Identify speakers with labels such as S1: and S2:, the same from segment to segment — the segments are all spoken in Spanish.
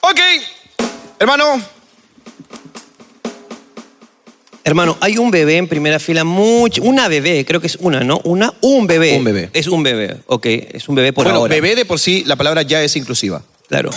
S1: Ok, hermano.
S2: Hermano, hay un bebé en primera fila, mucho, una bebé, creo que es una, ¿no? Una, un bebé. Eh,
S1: Un bebé.
S2: Es un bebé, ok, es un bebé por
S1: bueno,
S2: ahora.
S1: bebé de por sí, la palabra ya es inclusiva.
S2: Claro.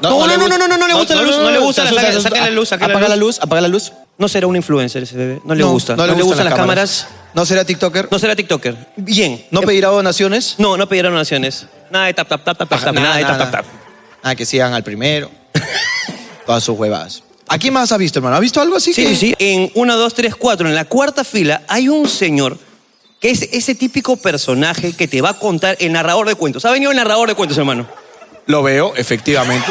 S2: No, no,
S1: le
S2: no,
S1: gust-
S2: no, no, no le gusta la luz, no le gusta la-
S1: asusta,
S2: saca-
S1: asusta.
S2: saca la luz, saca la
S1: Apaga la
S2: luz.
S1: luz, apaga la luz.
S2: No será un influencer ese bebé, no le gusta.
S1: No,
S2: le
S1: gustan
S2: gustan las cámaras.
S1: No será TikToker.
S2: No será TikToker. Bien.
S1: No
S2: Eh,
S1: pedirá donaciones.
S2: No, no pedirá donaciones. Nada de tap, tap, tap, tap, tap, tap, nada de tap, tap, tap.
S1: Ah, que sigan al primero. Todas sus huevas. ¿A quién más has visto, hermano? ¿Has visto algo así?
S2: Sí,
S1: que-
S2: sí, sí. En 1, 2, 3, 4, en la cuarta fila, hay un señor que es ese típico personaje que te va a contar el narrador de cuentos. ¿Ha venido el narrador de cuentos, hermano?
S1: Lo veo, efectivamente.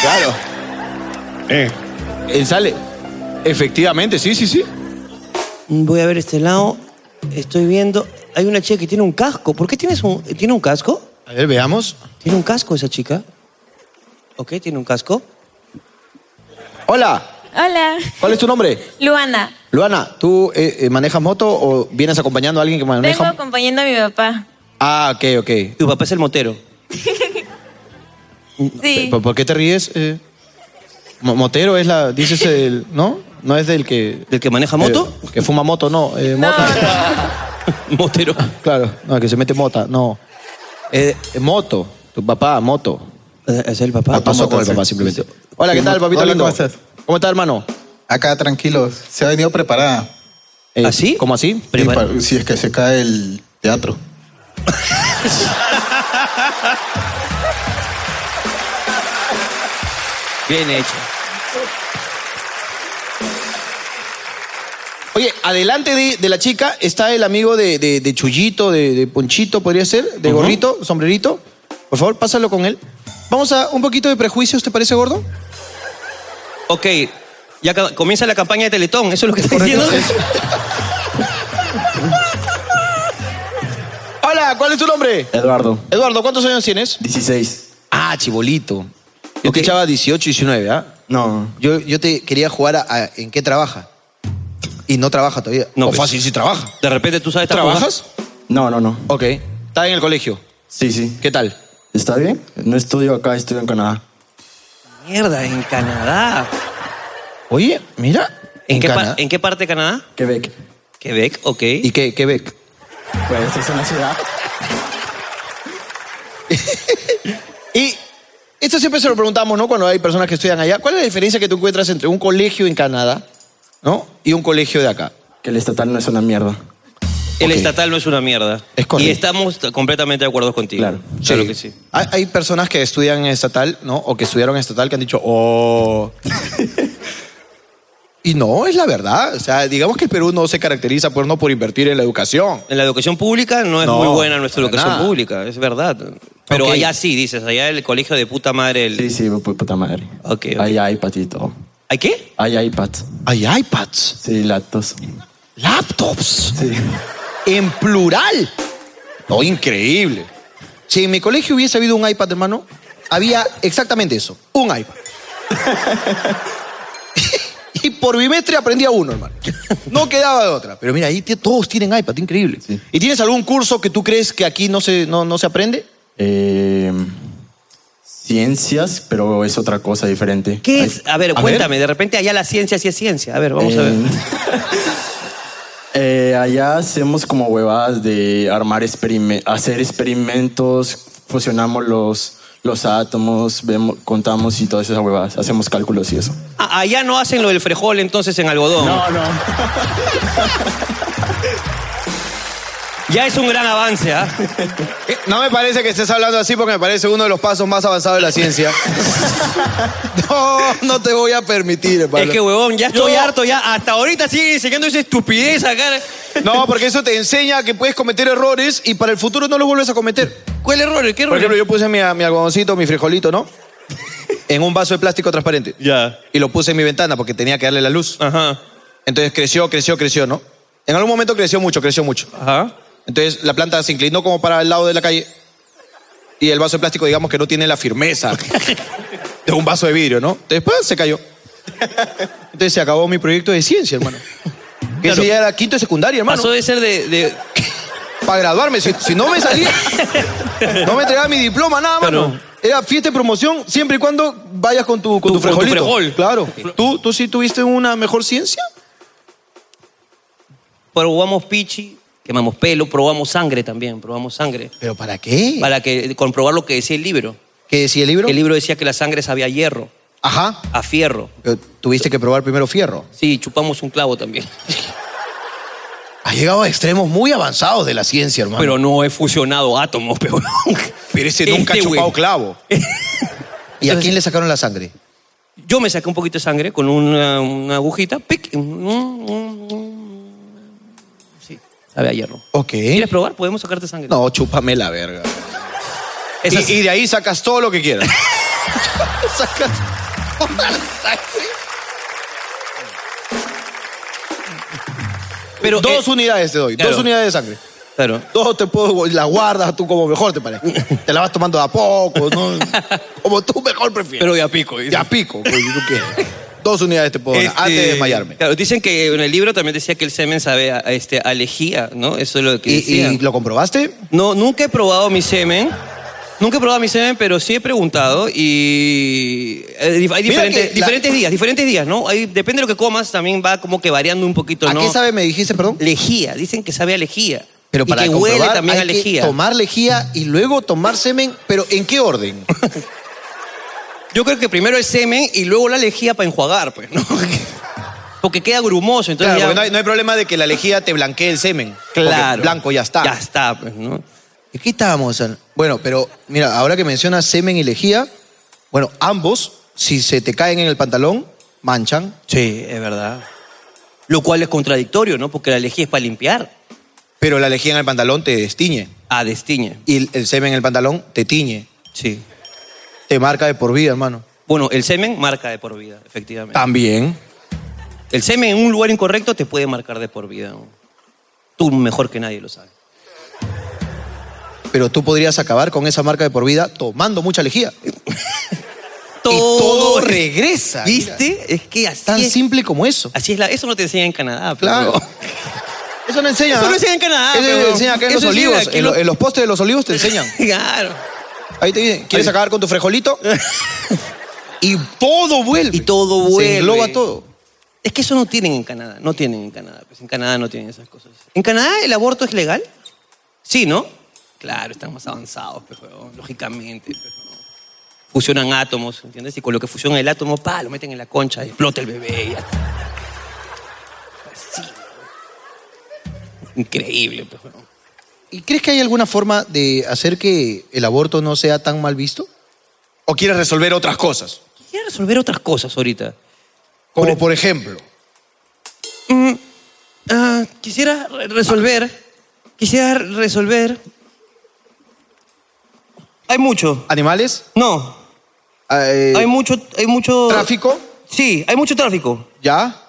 S1: claro. Él sale. Efectivamente, sí, sí, sí.
S2: Voy a ver este lado. Estoy viendo. Hay una chica que tiene un casco. ¿Por qué tienes un, tiene un casco?
S1: A ver, veamos.
S2: ¿Tiene un casco esa chica? Ok, tiene un casco.
S1: Hola,
S3: Hola,
S1: ¿cuál es tu nombre?
S3: Luana.
S1: Luana, ¿tú eh, eh, manejas moto o vienes acompañando a alguien que
S3: Vengo
S1: maneja?
S3: acompañando a mi papá.
S1: Ah, ok, ok.
S2: Tu papá es el motero.
S3: Sí,
S1: ¿Por, por qué te ríes? eh? Mo- Motero es la. Dices el. ¿No? ¿No es del que.
S2: ¿Del que maneja moto?
S1: eh, que fuma moto, no. eh,
S3: no,
S1: mota.
S2: Motero.
S1: Claro, no, que se mete mota, no. Eh, moto, tu papá, moto.
S2: Eh, Es el papá.
S1: Ah, pasó con el
S4: entonces.
S1: papá simplemente. Hola, ¿qué tal, papito
S4: Hola,
S1: lindo?
S4: ¿cómo estás?
S1: ¿Cómo estás, hermano?
S4: Acá tranquilo, se ha venido preparada.
S1: Eh,
S2: ¿Así?
S1: ¿Cómo así?
S2: Pero
S4: Sí,
S2: igual-
S4: pa- si es que se cae el teatro.
S2: Bien hecho.
S1: Oye, adelante de, de la chica está el amigo de, de- de Chullito, de, de Ponchito, podría ser, de gorrito, sombrerito. Por favor, pásalo con él. Vamos a un poquito de prejuicios, ¿te parece, gordo?
S2: Ok, ya ca- comienza la campaña de Teletón. ¿Eso es lo que está diciendo?
S1: Hola, ¿cuál es tu nombre?
S5: Eduardo,
S1: Eduardo, ¿cuántos años tienes?
S5: 16.
S1: Ah, chibolito. Yo
S2: Ok.
S1: te echaba 18, 19, ¿ah?
S5: No,
S1: Yo, yo te quería jugar a, a- en qué trabaja. Y no trabaja todavía.
S2: No,
S1: o
S2: pues.
S1: fácil, sí trabaja.
S2: De repente tú sabes...
S1: ¿Trabajas?
S5: no, no, no.
S1: Ok. Está en el colegio.
S5: Sí, sí.
S1: ¿Qué tal?
S5: ¿Está bien? No estudio acá, estudio en Canadá.
S2: Mierda, en Canadá.
S1: Oye, mira.
S2: ¿En, qué, pa-
S1: Cana-
S2: en qué parte de Canadá?
S5: Quebec.
S2: Quebec, ok.
S1: ¿Y qué, Quebec?
S5: Pues es una ciudad.
S1: Y esto siempre se lo preguntamos, ¿no? Cuando hay personas que estudian allá. ¿Cuál es la diferencia que tú encuentras entre un colegio en Canadá, ¿no? Y un colegio de acá.
S5: Que el estatal no es una mierda.
S2: El
S1: ok.
S2: estatal no es una mierda.
S1: Es correcto.
S2: Y estamos t- completamente de acuerdo contigo.
S5: Claro.
S2: Claro que sí.
S1: Hay, hay personas que estudian en estatal, ¿no? O que estudiaron en estatal que han dicho, oh. y no, es la verdad. O sea, digamos que el Perú no se caracteriza por no por invertir en la educación.
S2: En la educación pública no es
S1: No,
S2: muy buena nuestra
S1: para
S2: educación
S1: nada.
S2: pública, es verdad. Pero
S1: Ok.
S2: allá sí, dices, allá el colegio de puta madre... El...
S5: Sí, sí, pu- puta madre.
S2: Ok, ok.
S5: Hay iPad y todo.
S2: ¿Hay qué?
S5: Hay iPad.
S1: Hay iPads,
S5: Sí, latos.
S1: laptops,
S5: Sí.
S1: en plural. No, increíble. Si en mi colegio hubiese habido un iPad, hermano, había exactamente eso, un iPad. y por bimestre aprendía uno, hermano. No quedaba de otra. Pero mira, ahí t- todos tienen iPad, increíble.
S5: Sí.
S1: ¿Y tienes algún curso que tú crees que aquí no se, no, no se aprende?
S5: Eh, ciencias, pero es otra cosa diferente.
S2: ¿Qué
S5: Hay-
S2: es? A ver,
S1: ver.
S2: cuéntame, de repente allá la ciencia sí es ciencia. A ver, vamos a ver.
S5: Em, Eh, allá hacemos como huevadas de armar experime- hacer experimentos, fusionamos los, los átomos, vemos, contamos y todas esas huevadas, hacemos cálculos y eso.
S2: Ah, allá no hacen lo del frejol entonces en algodón.
S5: no.
S2: Ya es un gran avance, ¿ah?
S1: Eh, No me parece que estés hablando así porque me parece uno de los pasos más avanzados de la ciencia. no, no te voy a permitir, hermano.
S2: Es que, huevón, ya estoy harto, ya. Hasta ahorita siguen enseñando esa estupidez acá.
S1: No, porque eso te enseña que puedes cometer errores y para el futuro no los vuelves a cometer.
S2: ¿Cuál error? ¿Qué
S1: Por
S2: error?
S1: ejemplo, yo puse mi, mi algodoncito, mi frijolito, ¿no? En un vaso de plástico transparente.
S2: Ya.
S1: Y lo puse en mi ventana porque tenía que darle la luz.
S2: Ajá.
S1: Entonces creció, creció, creció, ¿no? En algún momento creció mucho, creció mucho.
S2: Ajá.
S1: Entonces la planta se inclinó como para el lado de la calle. Y el vaso de plástico, digamos que no tiene la firmeza de un vaso de vidrio, ¿no? Después pues, se cayó. Entonces se acabó mi proyecto de ciencia, hermano. Que
S2: Claro.
S1: ese ya era quinto de secundaria, hermano.
S2: Pasó de ser de. de-
S1: Para graduarme, si, si no me salía, no me entregaba mi diploma, nada, mano.
S2: Claro.
S1: Era fiesta y promoción siempre y cuando vayas con tu, con
S2: Tu-
S1: tu,
S2: con tu
S1: frejolito.
S2: frejol.
S1: Claro. ¿Tú, ¿Tú sí tuviste una mejor ciencia?
S2: probamos pichi, quemamos pelo, probamos sangre también, probamos sangre.
S1: ¿Pero para qué?
S2: Para que comprobar lo que decía el libro.
S1: ¿Qué decía el libro?
S2: El libro decía que la sangre sabía a hierro,
S1: Ajá.
S2: a fierro.
S1: Pero tuviste que probar primero fierro.
S2: Sí, chupamos un clavo también.
S1: Has llegado a extremos muy avanzados de la ciencia, hermano.
S2: Pero no he fusionado átomos, pero.
S1: Pero ese nunca ha
S2: Este,
S1: chupado
S2: güey.
S1: clavo. ¿Y a quién le sacaron la sangre?
S2: Yo me saqué un poquito de sangre con una, una agujita. Pic. mm, Sí, sabe a hierro.
S1: Ok.
S2: ¿Quieres probar? Podemos sacarte sangre.
S1: No, chúpame la verga.
S2: Esa
S1: Y,
S2: sí.
S1: y de ahí sacas todo lo que quieras. sacas toda la sangre.
S2: Pero,
S1: dos
S2: eh,
S1: unidades te doy,
S2: claro.
S1: dos unidades de sangre.
S2: Claro.
S1: Dos te puedo, la guardas tú como mejor te parece. Te la vas tomando de a poco, ¿no? como tú mejor prefieres.
S2: Pero ya pico. dice.
S1: ya pico, pues, si tú quieres. Dos unidades te puedo dar
S2: Este,
S1: antes de desmayarme.
S2: Claro, dicen que en el libro también decía que el semen sabe a, a este, a lejía, ¿no? Eso es lo que
S1: ¿Y,
S2: decía.
S1: y lo comprobaste?
S2: No, nunca he probado mi semen. Nunca he probado mi semen, pero sí he preguntado y eh, dif- hay
S1: Mira
S2: diferentes,
S1: que la-
S2: diferentes días, diferentes días, ¿no? Hay- depende de lo que comas, también va como que variando un poquito,
S1: ¿A
S2: ¿no?
S1: qué sabe me dijiste, perdón?
S2: Lejía, dicen que sabe a lejía.
S1: Pero para
S2: y que
S1: comprobar,
S2: huele también
S1: hay
S2: a
S1: que
S2: lejía.
S1: tomar lejía y luego tomar semen, pero ¿en qué orden?
S2: Yo creo que primero el semen y luego la lejía para enjuagar, pues, ¿no? Porque queda grumoso, entonces
S1: Claro,
S2: ya-
S1: porque no hay, no hay problema de que la lejía te blanquee el semen. Porque
S2: Claro.
S1: Blanco ya está.
S2: Ya está, pues, ¿no?
S1: ¿De qué estábamos? Al- Bueno, pero mira, ahora que mencionas semen y lejía, bueno, ambos, si se te caen en el pantalón, manchan.
S2: Sí, es verdad. Lo cual es contradictorio, ¿no? Porque la lejía es para limpiar.
S1: Pero la lejía en el pantalón te destiñe.
S2: Ah, destiñe.
S1: Y el, el semen en el pantalón te tiñe.
S2: Sí.
S1: Te marca de por vida, hermano.
S2: Bueno, el semen marca de por vida, efectivamente.
S1: También.
S2: El semen en un lugar incorrecto te puede marcar de por vida. ¿no? Tú mejor que nadie lo sabes.
S1: Pero tú podrías acabar con esa marca de por vida tomando mucha lejía.
S2: Todo,
S1: todo
S2: es-
S1: regresa,
S2: ¿Viste? Es que así
S1: Tan
S2: es.
S1: simple como eso.
S2: Así es la... Eso no te enseña en Canadá. pues,
S1: Claro.
S2: huevón.
S1: Eso no enseña.
S2: Eso no
S1: ¿ah?
S2: enseña en Canadá,
S1: Eso
S2: pero-
S1: enseña acá en
S2: eso
S1: los
S2: enseña
S1: olivos.
S2: aquí
S1: en, lo-
S2: lo-
S1: en los postes de los olivos te enseñan.
S2: Claro.
S1: Ahí te dicen, ¿quieres
S2: Ahí.
S1: acabar con tu frejolito? y todo vuelve.
S2: Y todo
S1: Se
S2: vuelve.
S1: engloba todo.
S2: Es que eso no tienen en Canadá. No tienen en Canadá. Pues en Canadá no tienen esas cosas. ¿En Canadá el aborto es legal? Sí, ¿no? Claro, están más avanzados, pues, huevón, lógicamente. pues, ¿no? Fusionan átomos, ¿entiendes? Y con lo que fusionan el átomo, pa, lo meten en la concha, explota el bebé y ya está. Así. huevón. Increíble, pues, huevón.
S1: ¿Y crees que hay alguna forma de hacer que el aborto no sea tan mal visto? ¿O quieres resolver otras cosas?
S2: Quisiera resolver otras cosas ahorita. e-
S1: Como por, ejemplo.
S2: Mm, Ah, quisiera re- resolver. Quisiera resolver. Hay mucho.
S1: ¿Animales?
S2: No,
S1: eh,
S2: hay mucho, hay mucho
S1: ¿Tráfico?
S2: Sí, hay mucho tráfico.
S1: ¿Ya?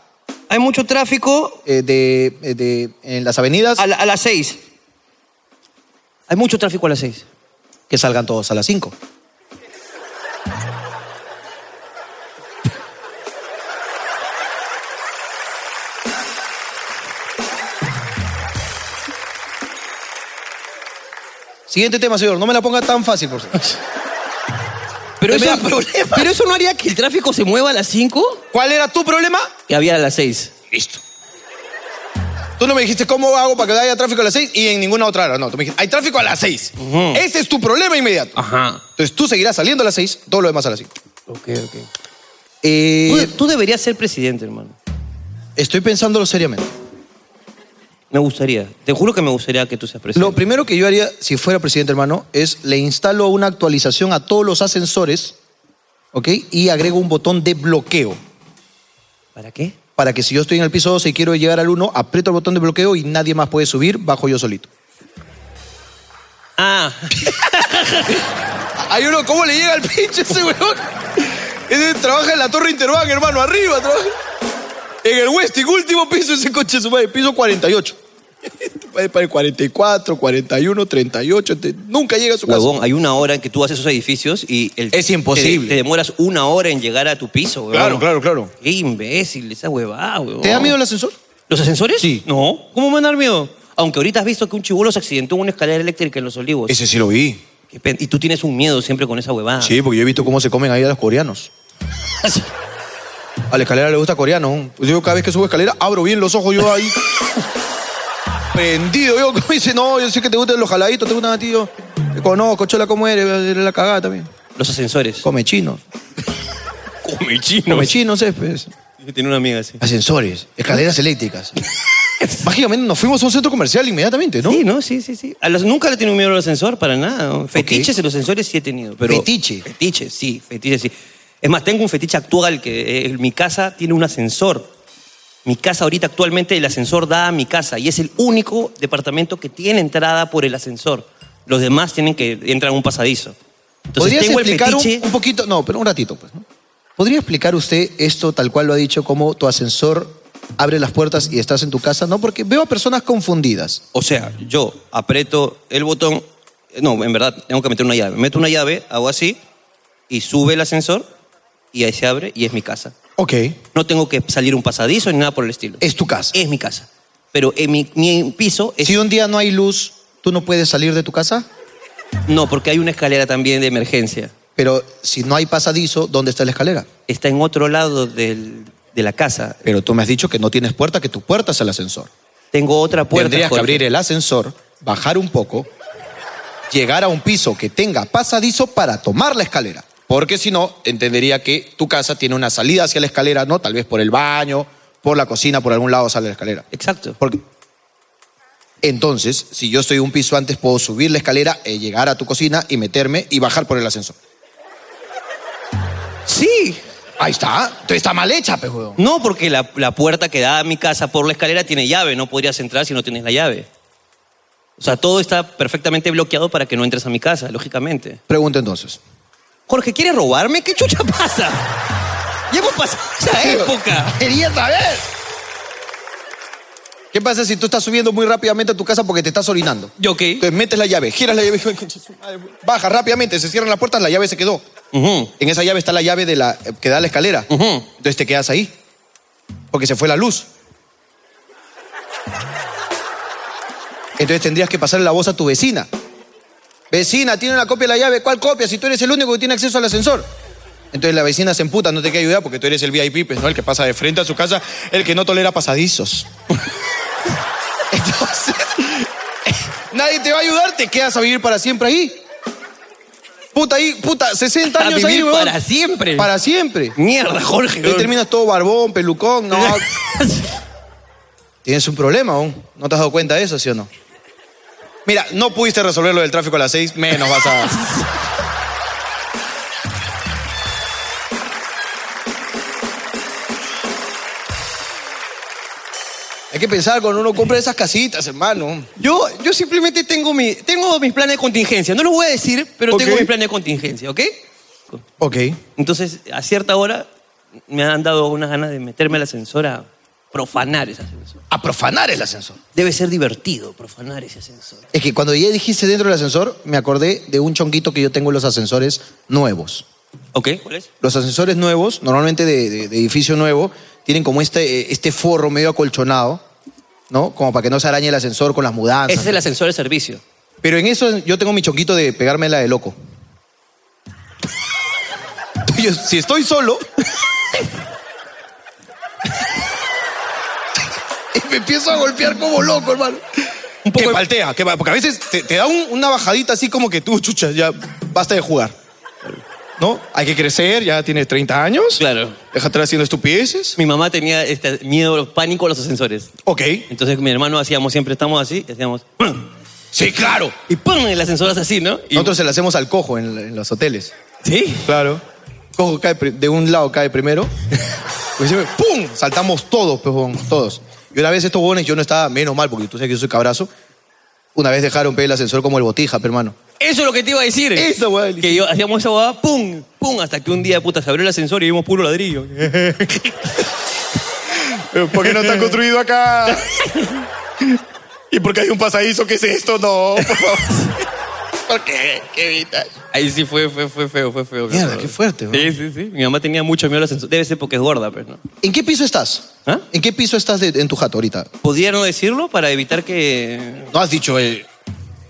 S2: Hay mucho tráfico
S1: eh, de, eh, de- ¿En las avenidas?
S2: a, la- a las seis. Hay mucho tráfico a las seis.
S1: Que salgan todos a las 5. Siguiente tema, señor. No me la ponga tan fácil, por favor.
S2: Pero
S1: No me
S2: eso,
S1: da problema.
S2: pero eso no haría que el tráfico se mueva a las cinco.
S1: ¿Cuál era tu problema?
S2: Que había a las seis.
S1: Listo. Tú no me dijiste cómo hago para que haya tráfico a las 6 y en ninguna otra hora. No, tú me dijiste, hay tráfico a las 6.
S2: Ujú.
S1: Ese es tu problema inmediato.
S2: Ajá.
S1: Entonces tú seguirás saliendo a las 6, todo lo demás a las 5.
S2: Ok, ok. Tú, Eh, tú deberías ser presidente, hermano.
S1: Estoy pensándolo seriamente.
S2: Me gustaría. Te juro que me gustaría que tú seas presidente.
S1: Lo primero que yo haría, si fuera presidente, hermano, es le instalo una actualización a todos los ascensores, ¿ok? Y agrego un botón de bloqueo.
S2: ¿Para qué?
S1: Para que si yo estoy en el piso 12 y quiero llegar al 1, aprieto el botón de bloqueo y nadie más puede subir, bajo yo solito.
S2: Ah,
S1: Hay uno, ¿cómo le llega al pinche ese weón? Ese trabaja en la Torre Interbank, hermano, arriba, trabaja. En el Westing, último piso ese coche, su madre, piso 48. es para el 44, 41, 38. te- este, nunca llega a su casa.
S2: Huevón, hay una hora en que tú haces esos edificios y... el-
S1: Es imposible.
S2: Te, te demoras una hora en llegar a tu piso, huevón.
S1: Claro, claro, claro.
S2: Qué imbécil esa huevada, huevón.
S1: ¿Te da miedo el ascensor?
S2: ¿Los ascensores?
S1: Sí.
S2: No. ¿Cómo me van a dar miedo? Aunque ahorita has visto que un chibolo se accidentó en una escalera eléctrica en Los Olivos.
S1: Ese sí lo vi.
S2: Qué pen- Y tú tienes un miedo siempre con esa huevada.
S1: Sí, porque yo he visto cómo se comen ahí a los coreanos. A la escalera le gusta coreano. Pues Yo cada vez que subo escalera abro bien los ojos yo ahí. Prendido. Yo como dice, no, yo sé que te gustan los jaladitos, te gustan a ti. Yo te conozco, chola, cómo eres, eres la cagada también.
S2: Los ascensores.
S1: Come chino.
S2: Come chino.
S1: Come chino, céspedes.
S2: Tiene una amiga así.
S1: Ascensores, escaleras eléctricas. Mágicamente nos fuimos a un centro comercial inmediatamente, ¿no?
S2: Sí, ¿no? Sí, sí, sí. A los- nunca le tengo miedo al ascensor, para nada. ¿no? Fetiches en los ascensores sí he tenido. Pero
S1: Fetiche.
S2: Fetiche, sí, fetiche, sí. Es más, tengo un fetiche actual que eh, mi casa tiene un ascensor. Mi casa ahorita actualmente el ascensor da a mi casa y es el único departamento que tiene entrada por el ascensor. Los demás tienen que entrar a un pasadizo. Entonces
S1: ¿Podrías
S2: tengo el
S1: explicar un-
S2: fetiche.
S1: un, poquito? No, pero un ratito, pues. ¿no? ¿Podría explicar usted esto tal cual lo ha dicho, cómo tu ascensor abre las puertas y estás en tu casa? No, porque veo a personas confundidas.
S2: O sea, yo aprieto el botón. eh, No, en verdad, tengo que meter una llave. Meto una llave, hago así, y sube el ascensor, y ahí se abre, y es mi casa.
S1: Ok.
S2: No tengo que salir un pasadizo ni nada por el estilo.
S1: Es tu casa.
S2: Es mi casa. Pero en mi, mi piso es.
S1: Si un día no hay luz, ¿tú no puedes salir de tu casa?
S2: No, porque hay una escalera también de emergencia.
S1: Pero si no hay pasadizo, ¿dónde está la escalera?
S2: Está en otro lado del- de la casa.
S1: Pero tú me has dicho que no tienes puerta, que tu puerta es el ascensor.
S2: Tengo otra puerta.
S1: Tendrías que
S2: Jorge.
S1: abrir el ascensor, bajar un poco, llegar a un piso que tenga pasadizo para tomar la escalera. Porque si no, entendería que tu casa tiene una salida hacia la escalera, ¿no? Tal vez por el baño, por la cocina, por algún lado sale la escalera.
S2: Exacto.
S1: Porque entonces, si yo estoy un piso antes, puedo subir la escalera, eh, llegar a tu cocina y meterme y bajar por el ascensor.
S2: Sí.
S1: Ahí está. Entonces Está mal hecha, pejudo.
S2: No, porque la, la puerta que da a mi casa por la escalera tiene llave. No podrías entrar si no tienes la llave. O sea, todo está perfectamente bloqueado para que no entres a mi casa, lógicamente.
S1: Pregunta entonces.
S2: Jorge, ¿quieres robarme? ¿Qué chucha pasa? Ya hemos pasado esa época.
S1: Quería saber. ¿Qué pasa si tú estás subiendo muy rápidamente a tu casa porque te estás orinando?
S2: Yo qué.
S1: Entonces metes la llave, giras la llave, baja rápidamente, se cierran las puertas, la llave se quedó.
S2: Ujú.
S1: En esa llave está la llave de la, que da a la escalera.
S2: Ujú.
S1: Entonces te quedas ahí. Porque se fue la luz. Entonces tendrías que pasarle la voz a tu vecina. Vecina, tiene una copia de la llave. ¿Cuál copia? Si tú eres el único que tiene acceso al ascensor. Entonces la vecina se emputa, no te quiere ayudar porque tú eres el VIP, pues, ¿no? El que pasa de frente a su casa, el que no tolera pasadizos. Entonces, nadie te va a ayudar, te quedas a vivir para siempre ahí. Puta ahí, puta, 60
S2: A
S1: años ahí,
S2: vivir
S1: weón.
S2: para siempre.
S1: Para siempre.
S2: Mierda, Jorge.
S1: Ahí terminas todo barbón, pelucón, no. Tienes un problema aún. ¿No te has dado cuenta de eso, sí o no? Mira, no pudiste resolver lo del tráfico a las seis, menos vas a. Hay que pensar cuando uno compra esas casitas, hermano.
S2: Yo, yo simplemente tengo, mi, tengo mis planes de contingencia. No lo voy a decir, pero
S1: Ok.
S2: tengo mis planes de contingencia, ¿ok?
S1: Ok.
S2: Entonces, a cierta hora me han dado unas ganas de meterme al ascensor a profanar ese ascensor.
S1: A profanar el ascensor.
S2: Debe ser divertido profanar ese ascensor.
S1: Es que cuando ya dijiste dentro del ascensor, me acordé de un chonguito que yo tengo en los ascensores nuevos.
S2: ¿Ok? ¿Cuál es?
S1: los ascensores nuevos, normalmente de, de- de edificio nuevo, tienen como este, eh, este forro medio acolchonado, ¿no? Como para que no se arañe el ascensor con las mudanzas.
S2: Ese es el ascensor de servicio.
S1: Pero en eso yo tengo mi choquito de pegarme la de loco. Yo, si estoy solo. y me empiezo a golpear como loco, hermano.
S2: Un poco
S1: que
S2: de-
S1: paltea, que pa- porque a veces te, te da un- una bajadita así como que tú, chucha, ya basta de jugar. ¿No? Hay que crecer, ya tienes 30 años.
S2: Claro.
S1: Deja estar haciendo estupideces.
S2: Mi mamá tenía este, miedo, pánico a los ascensores.
S1: Ok.
S2: Entonces, mi hermano hacíamos, siempre estamos así, y hacíamos... ¡pum!
S1: Sí, claro.
S2: Y ¡pum! El ascensor hace así, ¿no? Y-
S1: Nosotros se la hacemos al cojo en, en los hoteles.
S2: Sí.
S1: Claro. Cojo cae pri- de un lado cae primero. Pues siempre, ¡Pum! Saltamos todos, pues, huevón, todos. Y una vez estos huevones, yo no estaba menos mal, porque tú sabes que yo soy cabrazo. Una vez dejaron pe, el ascensor como el botija, pe, hermano.
S2: Eso es lo que te iba a decir.
S1: Esa hueá del-
S2: Que yo hacíamos esa huevada, pum, pum, hasta que un día, puta, se abrió el ascensor y vimos puro ladrillo.
S3: Eh,
S1: ¿Por qué no está construido acá?
S3: ¿Y porque hay un pasadizo? ¿Qué es esto? No, por favor. ¿Por qué? ¿Qué evitas?
S2: Ahí sí fue, fue, fue feo, fue feo.
S1: Mierda,
S2: bro.
S1: qué fuerte, bro.
S2: Sí, sí, sí. Mi mamá tenía mucho miedo a la censura. Debe ser porque es gorda, pues, ¿no?
S1: ¿En qué piso estás?
S2: ¿Ah?
S1: ¿En qué piso estás de- en tu jato ahorita?
S2: ¿Pudieron decirlo para evitar que...
S1: No has dicho el...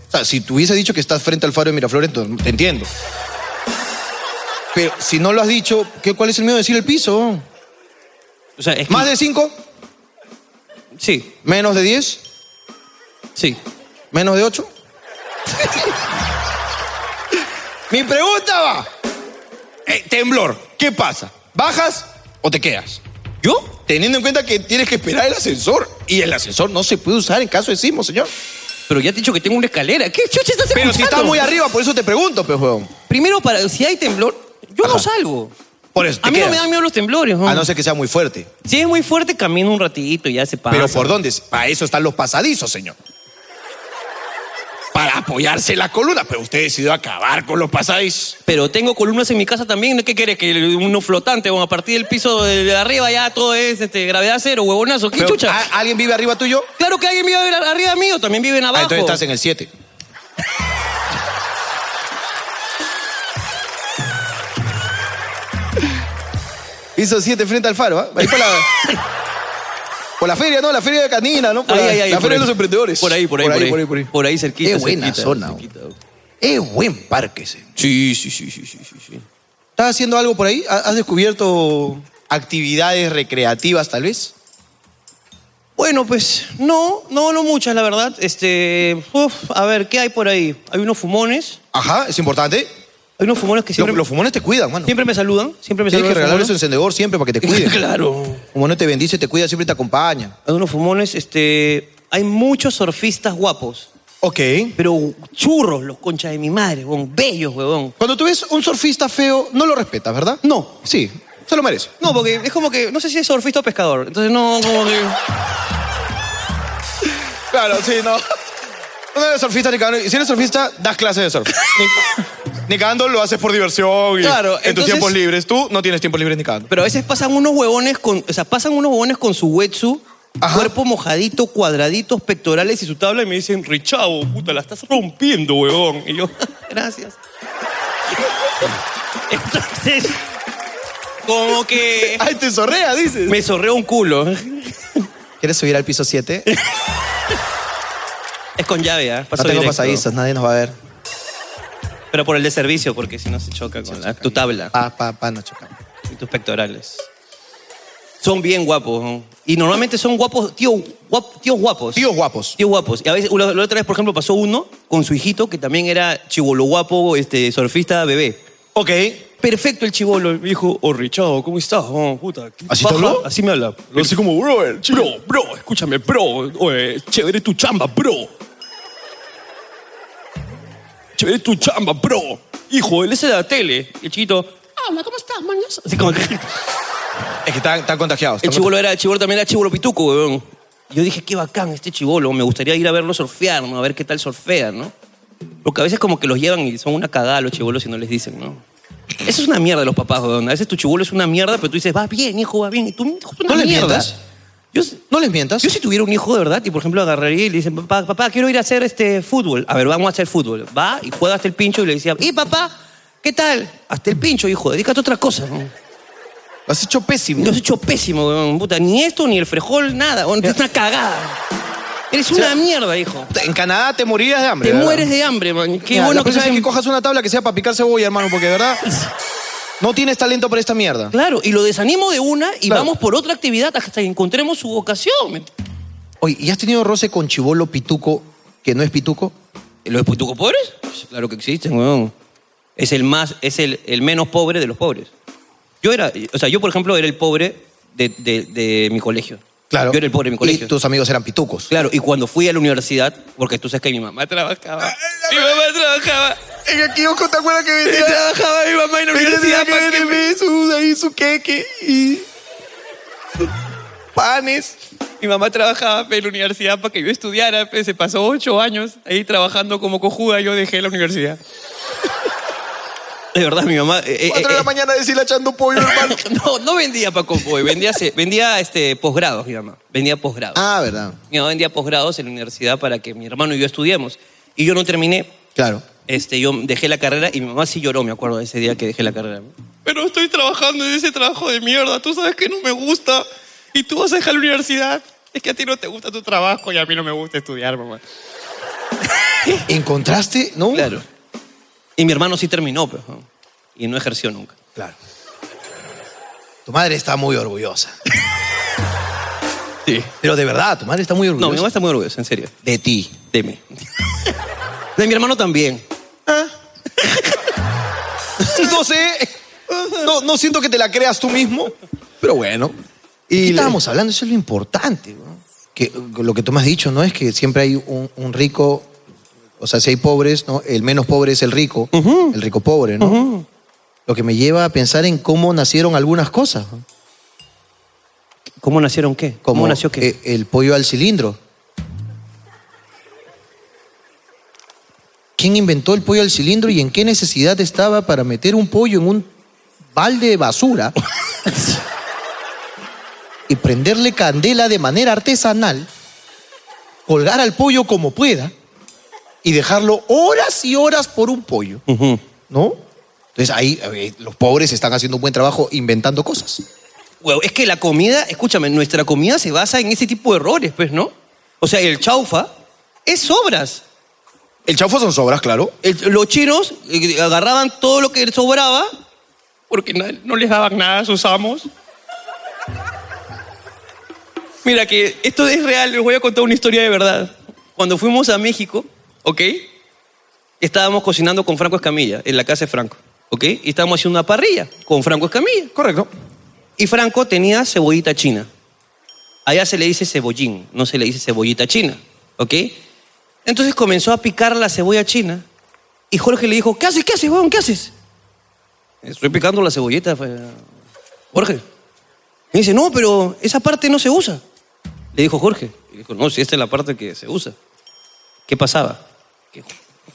S1: O sea, si te hubiese dicho que estás frente al faro de Miraflores, entonces te entiendo. Pero si no lo has dicho, ¿qué, ¿cuál es el miedo de decir el piso?
S2: O sea, es que-
S1: ¿Más de 5?
S2: Sí,
S1: ¿Menos de 10?
S2: sí.
S1: ¿Menos de 8? Mi pregunta va. Eh, temblor, ¿qué pasa? ¿Bajas o te quedas?
S2: ¿Yo?
S1: Teniendo en cuenta que tienes que esperar el ascensor y el ascensor no se puede usar en caso de sismo, señor.
S2: Pero ya te he dicho que tengo una escalera. ¿Qué chucha estás
S1: Pero si
S2: escuchando?
S1: estás muy arriba, por eso te pregunto, pues, huevón.
S2: Primero, para, si hay temblor, yo no
S1: Ajá.
S2: salgo.
S1: Por eso, te
S2: A mí
S1: quedas.
S2: no me dan miedo los temblores. ¿no?
S1: A no ser que sea muy fuerte.
S2: Si es muy fuerte, camino un ratito y ya se pasa.
S1: Pero ¿por dónde? Para eso están los pasadizos, señor.
S3: Para apoyarse la columna. Pero usted decidió acabar con los pasadizos.
S2: Pero tengo columnas en mi casa también. ¿Qué quieres? Que uno flotante, bueno, a partir del piso de arriba ya todo es este, gravedad cero, huevonazo. ¿Qué
S1: Pero,
S2: chucha?
S1: ¿a- ¿Alguien vive arriba tuyo?
S2: Claro que alguien vive arriba mío, también viven
S1: Ah,
S2: abajo.
S1: entonces estás en el 7. Hizo 7 frente al faro, ¿ah? Ahí por la. Por la feria, ¿no? La feria de Canina, ¿no? Por
S2: Ahí,
S1: la,
S2: ahí, ahí,
S1: la
S2: por
S1: feria
S2: ahí.
S1: de los emprendedores.
S2: Por ahí, por ahí,
S1: por ahí. Por ahí, por ahí.
S2: Por ahí cerquita.
S1: Qué buena
S2: cerquita,
S1: zona,
S2: cerquita.
S1: Es buen parque ese.
S2: Sí, sí, sí, sí, sí, sí, sí.
S1: ¿Estás haciendo algo por ahí? ¿Ha- ¿Has descubierto actividades recreativas, tal vez?
S2: Bueno, pues no, no, no muchas, la verdad. Este, uf, a ver, ¿qué hay por ahí? Hay unos fumones,
S1: Ajá, es importante.
S2: hay unos fumones que siempre,
S1: Los, los fumones te cuidan, mano.
S2: siempre me saludan, siempre me
S1: Tienes que
S2: saludan.
S1: regalarle
S2: los
S1: su encendedor siempre para que te
S2: fumones.
S1: cuide.
S2: claro.
S1: Como no te bendice, te cuida, siempre te acompaña.
S2: Hay unos fumones, este, hay muchos surfistas guapos,
S1: Ok.
S2: pero churros, los conchas de mi madre, huevón, bellos, huevón.
S1: Cuando tú ves un surfista feo, no lo respetas, ¿verdad?
S2: No.
S1: Sí, se lo merece.
S2: No, porque es como que, no sé si es surfista o pescador, entonces no, como que...
S1: Claro, sí, no. No eres surfista ni cagando. Y Si eres surfista, das clases de surf. Ni, ni cagando lo haces por diversión y
S2: Claro,
S1: en tus
S2: entonces-
S1: tiempos libres. Tú no tienes tiempos libres ni cagando.
S2: Pero a veces pasan unos huevones con, o sea, pasan unos huevones con su wetsuit,
S1: Ajá.
S2: cuerpo mojadito, cuadraditos, pectorales y su tabla y me dicen, Richavo, puta, la estás rompiendo, huevón. Y yo, gracias. Entonces, como que
S1: Ay, te zorrea, dices.
S2: me sorreó un culo.
S1: ¿Quieres subir al piso 7? No
S2: Es con llave, ¿ah? Paso
S1: tengo
S2: directo.
S1: pasadizos, nadie nos va a ver.
S2: Pero por el de servicio, porque si no se choca con la- tu tabla
S1: Pa, Ah, pa, pa, no chocamos.
S2: y tus pectorales. Son bien guapos. ¿no? Y normalmente son guapos, tío, guap- tíos guapos.
S1: Tíos guapos.
S2: Tío guapos. Y a veces, la, la otra vez, por ejemplo, pasó uno con su hijito, que también era chivolo guapo, este, surfista bebé.
S1: Ok.
S2: Perfecto el chivolo. Me dijo, oh, Richao, ¿cómo estás? Oh, puta. ¿qué
S1: ¿Así te
S2: paja?".
S1: habló?
S2: Así me habla.
S3: Así como, bro, eh, bro, bro, escúchame, bro. oye, chévere tu chamba, bro. Chévere tu chamba, bro.
S2: Hijo, él es de la tele. Y el chiquito, habla, ¿cómo estás, mañas? Así como que...
S1: Es que están, están contagiados.
S2: El
S1: están
S2: chivolo era, el chivolo también era chivolo pituco, weón. Yo dije, qué bacán este chivolo, me gustaría ir a verlo surfear, ¿no? A ver qué tal surfea, ¿no? Porque a veces como que los llevan y son una cagada los chivolos y no les dicen, ¿no? Eso es una mierda de los papás, weón. A veces tu chivolo es una mierda, pero tú dices, vas bien, hijo, va bien. Y tú, hijo, es una
S1: ¿No les
S2: mierda.
S1: mientas?
S2: Yo,
S1: contagiados. No les mientas.
S2: yo si tuviera un hijo de verdad y, por ejemplo, agarraría y le dicen, papá, papá, quiero ir a hacer este fútbol. A ver, vamos a hacer fútbol. Va y juega hasta el pincho y le decía, y papá, ¿qué tal? Hasta el pincho, hijo, dedícate a otra cosa, ¿no?
S1: Lo has hecho pésimo.
S2: Lo has hecho pésimo, weón. Puta, ni esto, ni el frejol, nada. weón. Es una cagada. Eres una mierda, hijo.
S1: En Canadá te morías de hambre.
S2: Te
S1: ¿verdad?
S2: mueres de hambre, man. Qué
S1: Mira, la
S2: bueno que
S1: próxima
S2: seas
S1: vez que cojas una tabla que sea para picar cebolla, hermano, porque de verdad no tienes talento para esta mierda.
S2: Claro, y lo desanimo de una y
S1: Claro.
S2: vamos por otra actividad hasta que encontremos su vocación. ¿me ent-
S1: Oye, ¿y has tenido roce con chivolo pituco que no es pituco?
S2: ¿Los putucos pobres? Pues, Claro que existen, weón. Es el más, es el, el menos pobre de los pobres. Yo era, o sea, yo por ejemplo era el pobre de, de- de mi colegio. Yo era el pobre de mi colegio.
S1: Y tus amigos eran pitucos.
S2: Claro, y cuando fui a la universidad, porque tú sabes que mi mamá trabajaba. Mi mamá trabajaba.
S1: En el kiosco, ¿te acuerdas que
S2: Yo trabajaba mi mamá en la universidad para que me-
S1: su, ahí su queque
S6: Eh,
S1: y panes?
S2: Mi mamá trabajaba pues, en la universidad para que yo estudiara. pues, Se pasó ocho años ahí trabajando como cojuda. Yo dejé la universidad. De verdad, mi mamá. eh, eh,
S3: Cuatro de
S2: eh,
S3: la mañana deshilachando pollo, hermano.
S2: no, no vendía Paco Boy, vendía, se- vendía este, posgrados, mi mamá. Vendía posgrados.
S1: Ah, verdad.
S2: Mi mamá vendía posgrados en la universidad para que mi hermano y yo estudiemos. Y yo no terminé.
S1: Claro.
S2: Este, yo dejé la carrera y mi mamá sí lloró, me acuerdo, de ese día que dejé la carrera.
S6: Pero estoy trabajando en ese trabajo de mierda. Tú sabes que no me gusta. Y tú vas a dejar la universidad. Es que a ti no te gusta tu trabajo y a mí no me gusta estudiar, mamá.
S1: ¿Encontraste? No.
S2: Claro. Y mi hermano sí terminó, pues, ¿no? y no ejerció nunca.
S1: Claro. Tu madre está muy orgullosa.
S2: Sí.
S1: Pero de verdad, tu madre está muy
S2: No,
S1: orgullosa.
S2: mi mamá está muy orgullosa, en serio.
S1: De ti.
S2: De mí. De mi hermano también.
S1: No sé. No, no siento que te la creas tú mismo. Pero bueno. Y
S2: le-
S1: estábamos hablando, eso es lo importante. ¿no? Que lo que tú me has dicho, ¿no? Es que siempre hay un, un rico. O sea, si hay pobres, ¿no? El menos pobre es el rico. El rico pobre, ¿no? Lo que me lleva a pensar en cómo nacieron algunas cosas. ¿no?
S2: ¿Cómo nacieron qué? ¿Cómo,
S1: Como
S2: nació qué?
S1: e- El, pollo al cilindro. ¿Quién inventó el pollo al cilindro y en qué necesidad estaba para meter un pollo en un balde de basura y prenderle candela de manera artesanal, colgar al pollo como pueda y dejarlo horas y horas por un pollo?
S2: Ujú.
S1: ¿No? Entonces ahí eh, los pobres están haciendo un buen trabajo inventando cosas.
S2: Huevo, es que la comida, escúchame, nuestra comida se basa en ese tipo de errores, pues, ¿no? O sea, el chaufa es sobras.
S1: El chaufo son sobras, claro.
S2: El- los chinos eh, agarraban todo lo que sobraba.
S6: Porque na- no les daban nada a sus amos.
S2: Mira que esto es real, les voy a contar una historia de verdad. Cuando fuimos a México, ¿ok? Estábamos cocinando con Franco Escamilla, en la casa de Franco, ¿ok? Y estábamos haciendo una parrilla con Franco Escamilla.
S1: Correcto.
S2: Y Franco tenía cebollita china. Allá se le dice cebollín, no se le dice cebollita china, ¿ok? Entonces comenzó a picar la cebolla china y Jorge le dijo, ¿qué haces, qué haces, huevón, qué haces? Estoy picando la cebollita, fue- Jorge. Me dice, no, pero esa parte no se usa. Le dijo Jorge. Y dijo, no, si esta es la parte que se usa. ¿Qué pasaba? Que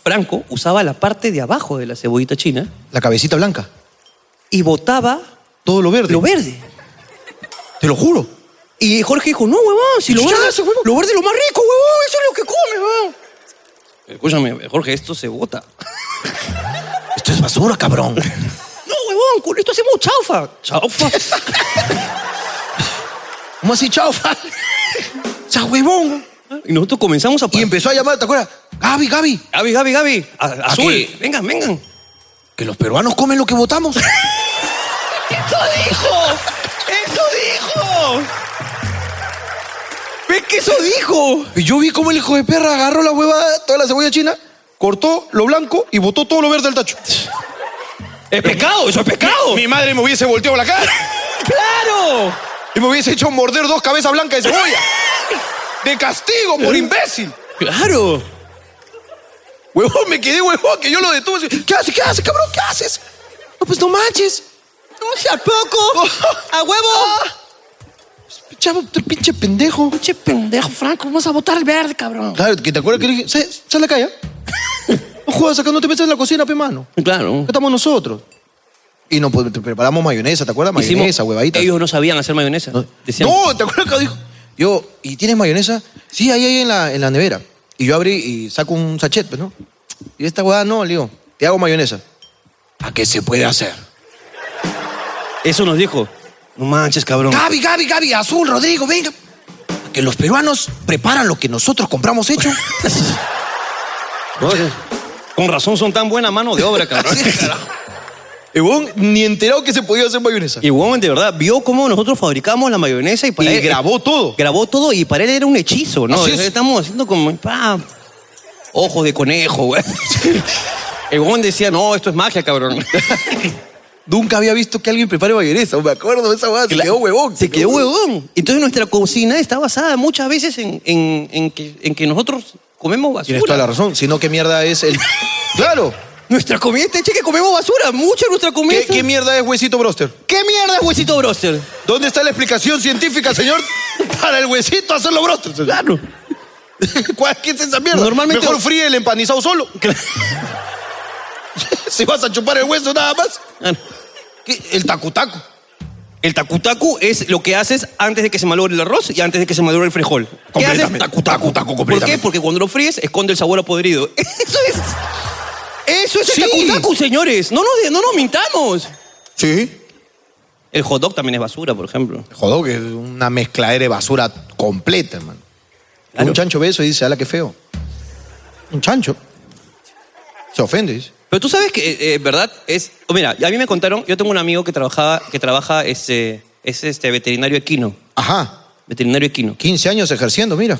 S2: Franco usaba la parte de abajo de la cebollita china
S1: La cabecita blanca.
S2: y botaba
S1: Todo lo verde.
S2: lo verde.
S1: Te lo juro.
S2: Y Jorge dijo, no, huevón, si lo verde,
S1: Chuchazo, huevón.
S2: lo verde es lo más rico, huevón, eso es lo que come, huevón. Escúchame, Jorge, esto se bota.
S1: Esto es basura, cabrón.
S2: No, huevón, con esto hacemos chaufa. Chaufa.
S1: ¿Cómo así, chaufa? ¡Sa huevón!
S2: y nosotros comenzamos a...
S1: Y empezó a llamar, ¿te acuerdas? Gaby, Gaby,
S2: Gaby, Gaby, Gaby, a- azul,
S1: qué?
S2: vengan, vengan.
S1: que los peruanos comen lo que votamos.
S2: ¡Eso dijo! ¡Eso dijo! ¿Ves que eso dijo?
S1: Y yo vi cómo el hijo de perra agarró la huevada, toda la cebolla china, cortó lo blanco y botó todo lo verde al tacho.
S2: ¡Es pecado, eso es pecado!
S1: Mi madre me hubiese volteado la cara
S2: ¡Claro!
S1: y me hubiese hecho morder dos cabezas blancas de cebolla. De castigo por imbécil.
S2: ¡Claro!
S1: Huevón, me quedé huevón, que yo lo detuve. así, ¿Qué haces? ¿Qué haces, cabrón? ¿Qué haces? No, pues no manches.
S2: ¡No sea poco! ¡A huevo!
S1: Ah. Chavo, tú pinche pendejo.
S2: Che pendejo, Franco, vamos a votar el verde, cabrón.
S1: Claro, que te acuerdas que le dije, "Sal- sal a la calle. ah". No jodas acá, no te metas en la cocina, pe mano. Acá
S2: Claro.
S1: estamos nosotros. Y nos pues, te preparamos mayonesa, ¿te acuerdas? Mayonesa,
S2: Hicimos-
S1: huevadita.
S2: Ellos no sabían hacer mayonesa. Decían,
S1: no, ¿te acuerdas que dijo? Yo, ¿y tienes mayonesa? Sí, ahí, ahí en la, en la nevera. Y yo abrí y saco un sachet, pues, ¿no? Y esta huevada no, le digo, te hago mayonesa. ¿A qué se puede hacer?
S2: Eso nos dijo. No manches, cabrón.
S1: Gaby, Gaby, Gaby, Azul, Rodrigo, venga. Que los peruanos preparan lo que nosotros compramos hecho.
S2: Con razón son tan buena mano de obra, cabrón.
S1: Y huevón, ni enterado que se podía hacer mayonesa.
S2: y Woman de verdad vio cómo nosotros fabricamos la mayonesa y para
S1: Y
S2: él-
S1: grabó todo.
S2: Grabó todo y para él era un hechizo, ¿no?
S1: Así es.
S2: Estamos haciendo como. pa, ojos de conejo, güey. El Woman decía, no, esto es magia, cabrón.
S1: Nunca había visto que alguien prepare mayonesa. Me acuerdo de esa huevada. Se quedó huevón.
S2: Se quedó huevón. Entonces nuestra cocina está basada muchas veces en, en- en que, en que nosotros comemos basura.
S1: Tienes toda la razón. Si no, ¿qué mierda es el...? ¡Claro!
S2: Nuestra comida está hecha que comemos basura. Mucha de nuestra comida.
S1: ¿Qué,
S2: está-
S1: qué mierda es huesito broster?
S2: ¿Qué mierda es huesito broster?
S1: ¿Dónde está la explicación científica, señor? Para el huesito hacerlo broster. señor.
S2: Claro.
S1: ¿Cuál- ¿Qué es esa mierda?
S2: Normalmente-
S1: Mejor fríe el empanizado solo. Si vas a chupar el hueso nada más.
S2: Ah, no.
S1: ¿Qué? El tacutaco.
S2: El takutaku es lo que haces antes de que se malogre el arroz y antes de que se malogre el frijol. ¿Qué haces?
S3: Completamente.
S2: Takutaku.
S3: Takutaku,
S2: ¿Por qué?
S3: completamente.
S2: Porque cuando lo fríes, esconde el sabor a podrido. Eso es. Eso es
S1: Sí.
S2: el takutaku, señores. No nos, no nos mintamos.
S1: Sí.
S2: El hot dog también es basura, por ejemplo.
S1: Jodó, que es una mezcladera de basura completa, hermano. Un chancho ve eso y dice, ala, qué feo. Un chancho. Se ofende, dice.
S2: Pero tú sabes que, eh, eh, ¿verdad? Es, oh, mira, a mí me contaron, yo tengo un amigo que, trabajaba, que trabaja, este, es este, veterinario equino.
S1: Ajá.
S2: Veterinario equino.
S1: 15 años ejerciendo, mira.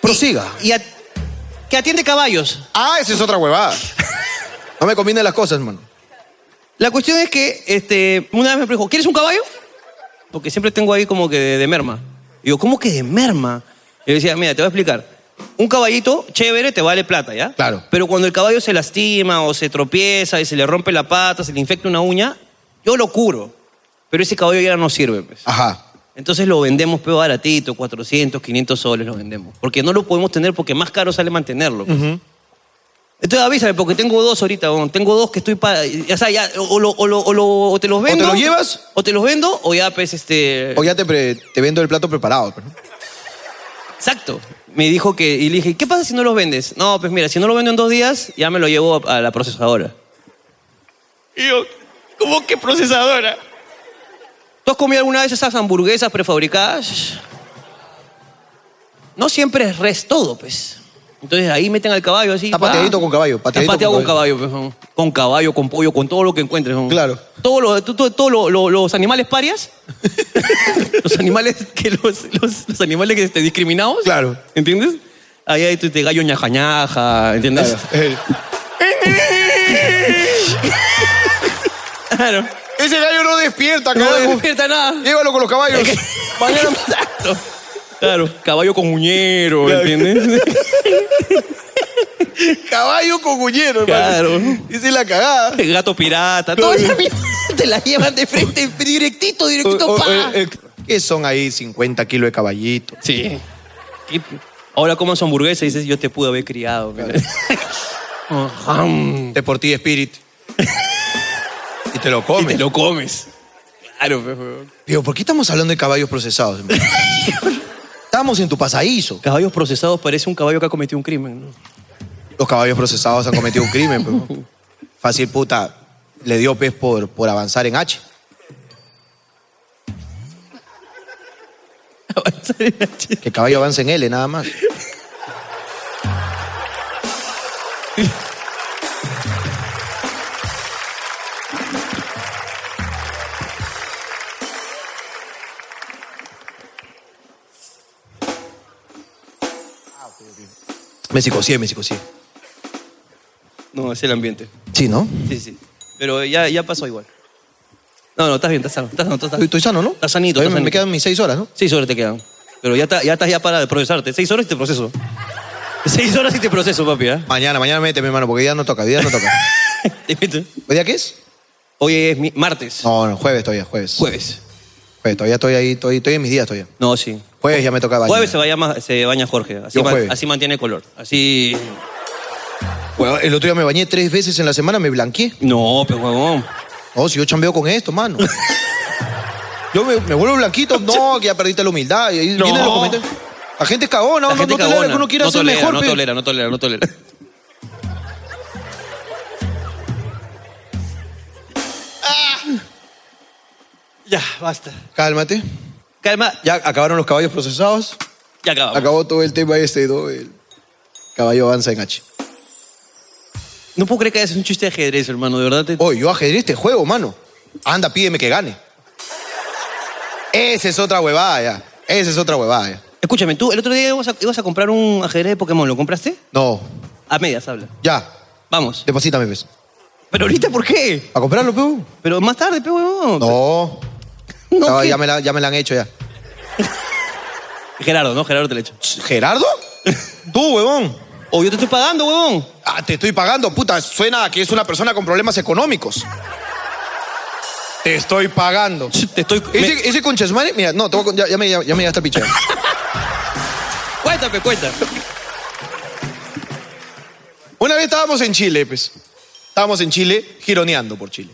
S1: Prosiga.
S2: Y a- que atiende caballos.
S1: Ah, esa es otra huevada. No me combinen las cosas, hermano.
S2: La cuestión es que este, una vez me dijo, ¿quieres un caballo? Porque siempre tengo ahí como que de, de merma. Y yo, ¿cómo que de merma? Y yo decía, mira, te voy a explicar. Un caballito chévere te vale plata, ¿ya?
S1: Claro.
S2: Pero cuando el caballo se lastima o se tropieza y se le rompe la pata, se le infecta una uña, yo lo curo. Pero ese caballo ya no sirve, pues.
S1: Ajá.
S2: Entonces lo vendemos peor baratito, 400, 500 soles lo vendemos. Porque no lo podemos tener porque más caro sale mantenerlo. pues. Entonces avísame, porque tengo dos ahorita, weón. tengo dos que estoy para... Ya sabes, ya, o, lo- o lo- o lo- o te los vendo.
S1: los llevas?
S2: O te los vendo, o ya pues este...
S1: O ya te, pre- te vendo el plato preparado. pues, pero-
S2: Exacto. Me dijo que... Y le dije, ¿qué pasa si no los vendes? No, pues mira, si no lo vendo en dos días, ya me lo llevo a, a la procesadora.
S6: Y yo, ¿cómo que procesadora?
S2: ¿Tú has comido alguna vez esas hamburguesas prefabricadas? No siempre es res todo, pues. Entonces ahí meten al caballo así.
S1: Está
S2: pa.
S1: pateadito con caballo, pateadito
S2: Está pateado
S1: con
S2: con caballo, pues, ¿no? con caballo, con pollo, con todo lo que encuentres. ¿no?
S1: Claro.
S2: Todos los, tú- tú- todos los- los- los animales parias, los animales que los, los- los animales que este, discriminados.
S1: Claro.
S2: ¿Entiendes? Ahí hay tu este, gallo ñaja ñaja, ¿entiendes?
S1: Eh,
S2: Claro.
S1: Ese gallo no despierta,
S2: No
S1: carajo.
S2: despierta nada.
S1: Llévalo con los caballos. Mañana-
S2: Exacto. Claro, caballo con uñero, ¿entiendes?
S1: caballo con uñero, hermano.
S2: Claro.
S1: Esa es la cagada.
S2: El gato pirata, toda esa mierda te la llevan de frente, directito, directito,
S1: O- o-
S2: pa.
S1: eh, eh, ¿Qué son ahí 50 kilos de caballito?
S2: Sí. Y Ahora comas hamburguesa y dices, yo te pude haber criado. Ajá.
S1: Deportivo Spirit. y te lo
S2: Y te
S1: comes.
S2: lo comes. Claro, pues, weón.
S1: Pero, ¿por qué estamos hablando de caballos procesados? hermano? Estamos en tu pasadizo.
S2: Caballos procesados parece un caballo que ha cometido un crimen, ¿no?
S1: Los caballos procesados han cometido un crimen, pero fácil puta, le dio pez por, por avanzar en H. Que el caballo avance en L, nada más. Me psicocié, me psicocié.
S2: No, es el ambiente.
S1: Sí, ¿no?
S2: Sí, sí. Pero ya, ya pasó igual. No, no, estás bien, estás sano. Estás sano, estás sano.
S1: Estoy, estoy sano, ¿no?
S2: Estás sanito,
S1: Todavía
S2: estás
S1: me- Me
S2: sanito.
S1: quedan mis seis horas, ¿no?
S2: Seis horas te quedan. Pero ya, ta- ya estás ya para procesarte. Seis horas y te proceso. Seis horas y te proceso, papi, ¿ah?
S1: Mañana, mañana méteme, hermano, porque ya no toca, ya no toca.
S2: Te meto.
S1: ¿Hoy día qué es?
S2: Hoy es mi- martes.
S1: No, no, jueves todavía, jueves.
S2: Jueves.
S1: Jueves, todavía estoy ahí, estoy, estoy en mis días todavía.
S2: No, sí.
S1: Jueves ya me toca bañar.
S2: Jueves se, vaya ma- se baña Jorge. Así,
S1: Yo
S2: man-
S1: jueves.
S2: así mantiene color. Así.
S1: Huevón, el otro día me bañé tres veces en la semana, me blanqueé.
S2: No, pero huevón.
S1: No, si yo chambeo con esto, mano. Yo me, me vuelvo blanquito. No, que ya perdiste la humildad. Y ahí
S2: No.
S1: vienen los comentarios. La gente cagona,
S2: La
S1: no,
S2: gente
S1: no tolera
S2: cagona.
S1: que uno quiera
S2: no
S1: ser
S2: tolera,
S1: mejor.
S2: No
S1: pe.
S2: tolera, no tolera, no tolera.
S1: eh.
S2: Ya, basta.
S1: Cálmate.
S2: Calma,
S1: Ya acabaron los caballos procesados.
S2: ya acabamos.
S1: Acabó todo el tema este, ¿no? El caballo avanza en H.
S2: No puedo creer que es un chiste de ajedrez, hermano. De verdad, te-
S1: Oye, yo ajedrez este juego, mano. Anda, pídeme que gane. Esa es otra huevada ya. Esa es otra huevada ya.
S2: Escúchame, tú el otro día ibas a, ibas a comprar un ajedrez de Pokémon, ¿lo compraste?
S1: No,
S2: A medias, habla.
S1: ya.
S2: Vamos.
S1: Deposítame, pues.
S2: Pero ahorita, ¿por qué?
S1: ¿A comprarlo, peo?
S2: Pero más tarde, pe huevón.
S1: No.
S2: No,
S1: No,
S2: ¿qué?
S1: ya, me la, ya me la han hecho ya.
S2: Gerardo, ¿no? Gerardo te lo he hecho.
S1: ¿Gerardo? Tú, huevón.
S2: O yo te estoy pagando, huevón.
S1: Ah, te estoy pagando, puta. Suena a que es una persona con problemas económicos. Te estoy pagando.
S2: Te estoy...
S1: Ese,
S2: me-
S1: ese conchasmane, mira, no, te voy a con- ya, ya me, ya, ya me llegaste a pichar.
S2: Cuéntame, cuéntame.
S1: Una vez estábamos en Chile, pues. Estábamos en Chile, gironeando por Chile.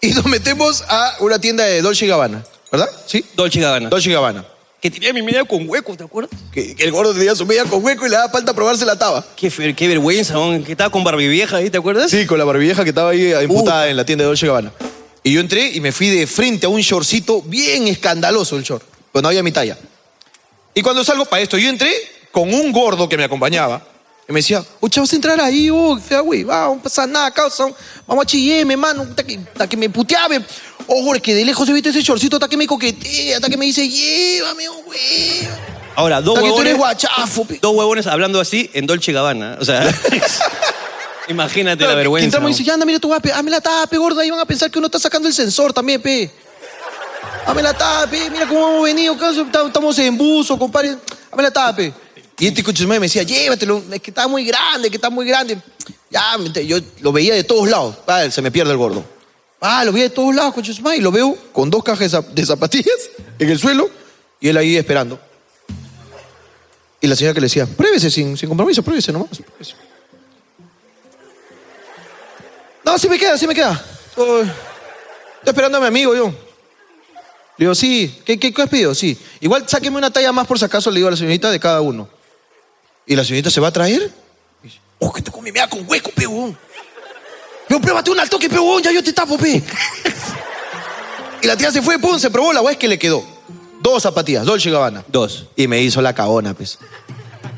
S1: Y nos metemos a una tienda de Dolce y Gabbana, ¿verdad? ¿Sí?
S2: Dolce Gabbana.
S1: Dolce y Gabbana.
S2: Que tenía mi media con hueco, ¿te acuerdas?
S1: Que, que el gordo tenía su media con hueco y le daba falta probarse la taba.
S2: Qué, fe- qué vergüenza, weón, que estaba con Barbie vieja ahí, ¿te acuerdas?
S1: Sí, con la barbieja que estaba ahí emputada en la tienda de Dolce Gabbana. Y yo entré y me fui de frente a un shortcito bien escandaloso el short, pues no había mi talla. Y cuando salgo para esto, yo entré con un gordo que me acompañaba y me decía, oye, vas a entrar ahí, oh, fea va, no pasa nada, causa, vamos a chillarme, mano, hasta que, hasta que me puteaba. Oh, que de lejos he visto ese shortcito, hasta que me coquetea, hasta que me dice, llévame, oh, güey.
S2: Ahora, dos
S1: Hasta que tú eres ah,
S2: huevones,
S1: guachafo. pe".
S2: dos huevones hablando así en Dolce Gabbana. O sea, imagínate la vergüenza.
S1: Quintana me
S2: weón.
S1: dice, ya anda, mira tu guape, hazme la tape, gorda, ahí van a pensar que uno está sacando el sensor también, pe. Hazme la tape, mira cómo hemos venido, caso, tam- estamos en buzo, compadre, hazme la tape. Y este cochesmane me decía, llévatelo, es que está muy grande, que está muy grande. Ya, mente, yo lo veía de todos lados, Pa, se me pierde el gordo. Ah, lo veía de todos lados, cochesmane, y lo veo con dos cajas de zap- de zapatillas en el suelo y él ahí esperando. Y la señora que le decía, pruébese sin, sin compromiso, pruébese nomás, pruébese. No, sí me queda, sí me queda. Estoy, estoy esperando a mi amigo yo. Le digo, sí, ¿qué, qué, qué has pedido? Sí. Igual sáqueme una talla más por si acaso, le digo a la señorita de cada uno. ¿Y la señorita se va a traer? Y dice, Oh, que te comí mea con hueco, peón. Pero pruébate un al toque, peón, ya yo te tapo, pe. y la tía se fue, pum, se probó, la weá es que le quedó. Dos zapatillas, Dolce y Gabbana.
S2: Dos.
S1: Y me hizo la cagona, pues.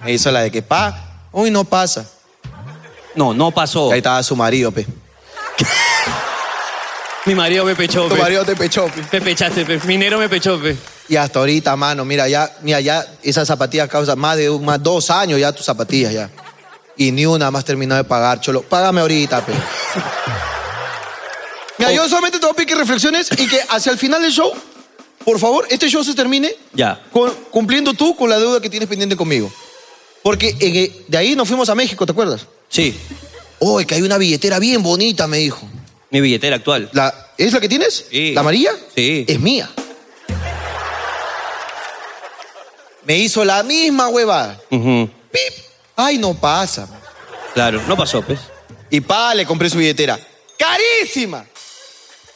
S1: Me hizo la de que, pa, hoy no pasa.
S2: No, no pasó.
S1: Y ahí estaba su marido, pe.
S2: Mi marido me pechó,
S1: Tu
S2: pe.
S1: marido te pechó, pe.
S2: Me pechaste, pe. Minero me pechó, pe.
S1: Y hasta ahorita, mano, mira, ya, mira, ya esas zapatillas causan más de un- más dos años ya tus zapatillas ya. Y ni una más terminado de pagar, cholo. Págame ahorita, pe. Mira, yo solamente te voy a pedir que reflexiones y que hacia el final del show, por favor, este show se termine
S2: Ya.
S1: con- cumpliendo tú con la deuda que tienes pendiente conmigo. Porque en- de ahí nos fuimos a México, ¿te acuerdas?
S2: Sí.
S1: Oh, es que hay una billetera bien bonita, me dijo.
S2: Mi billetera actual.
S1: La- ¿Es la que tienes?
S2: Sí.
S1: ¿La amarilla?
S2: Sí.
S1: Es mía. Me hizo la misma huevada.
S2: Ujú.
S1: ¡Pip! Ay, no pasa.
S2: Claro, no pasó, pues.
S1: Y pa, le compré su billetera. ¡Carísima!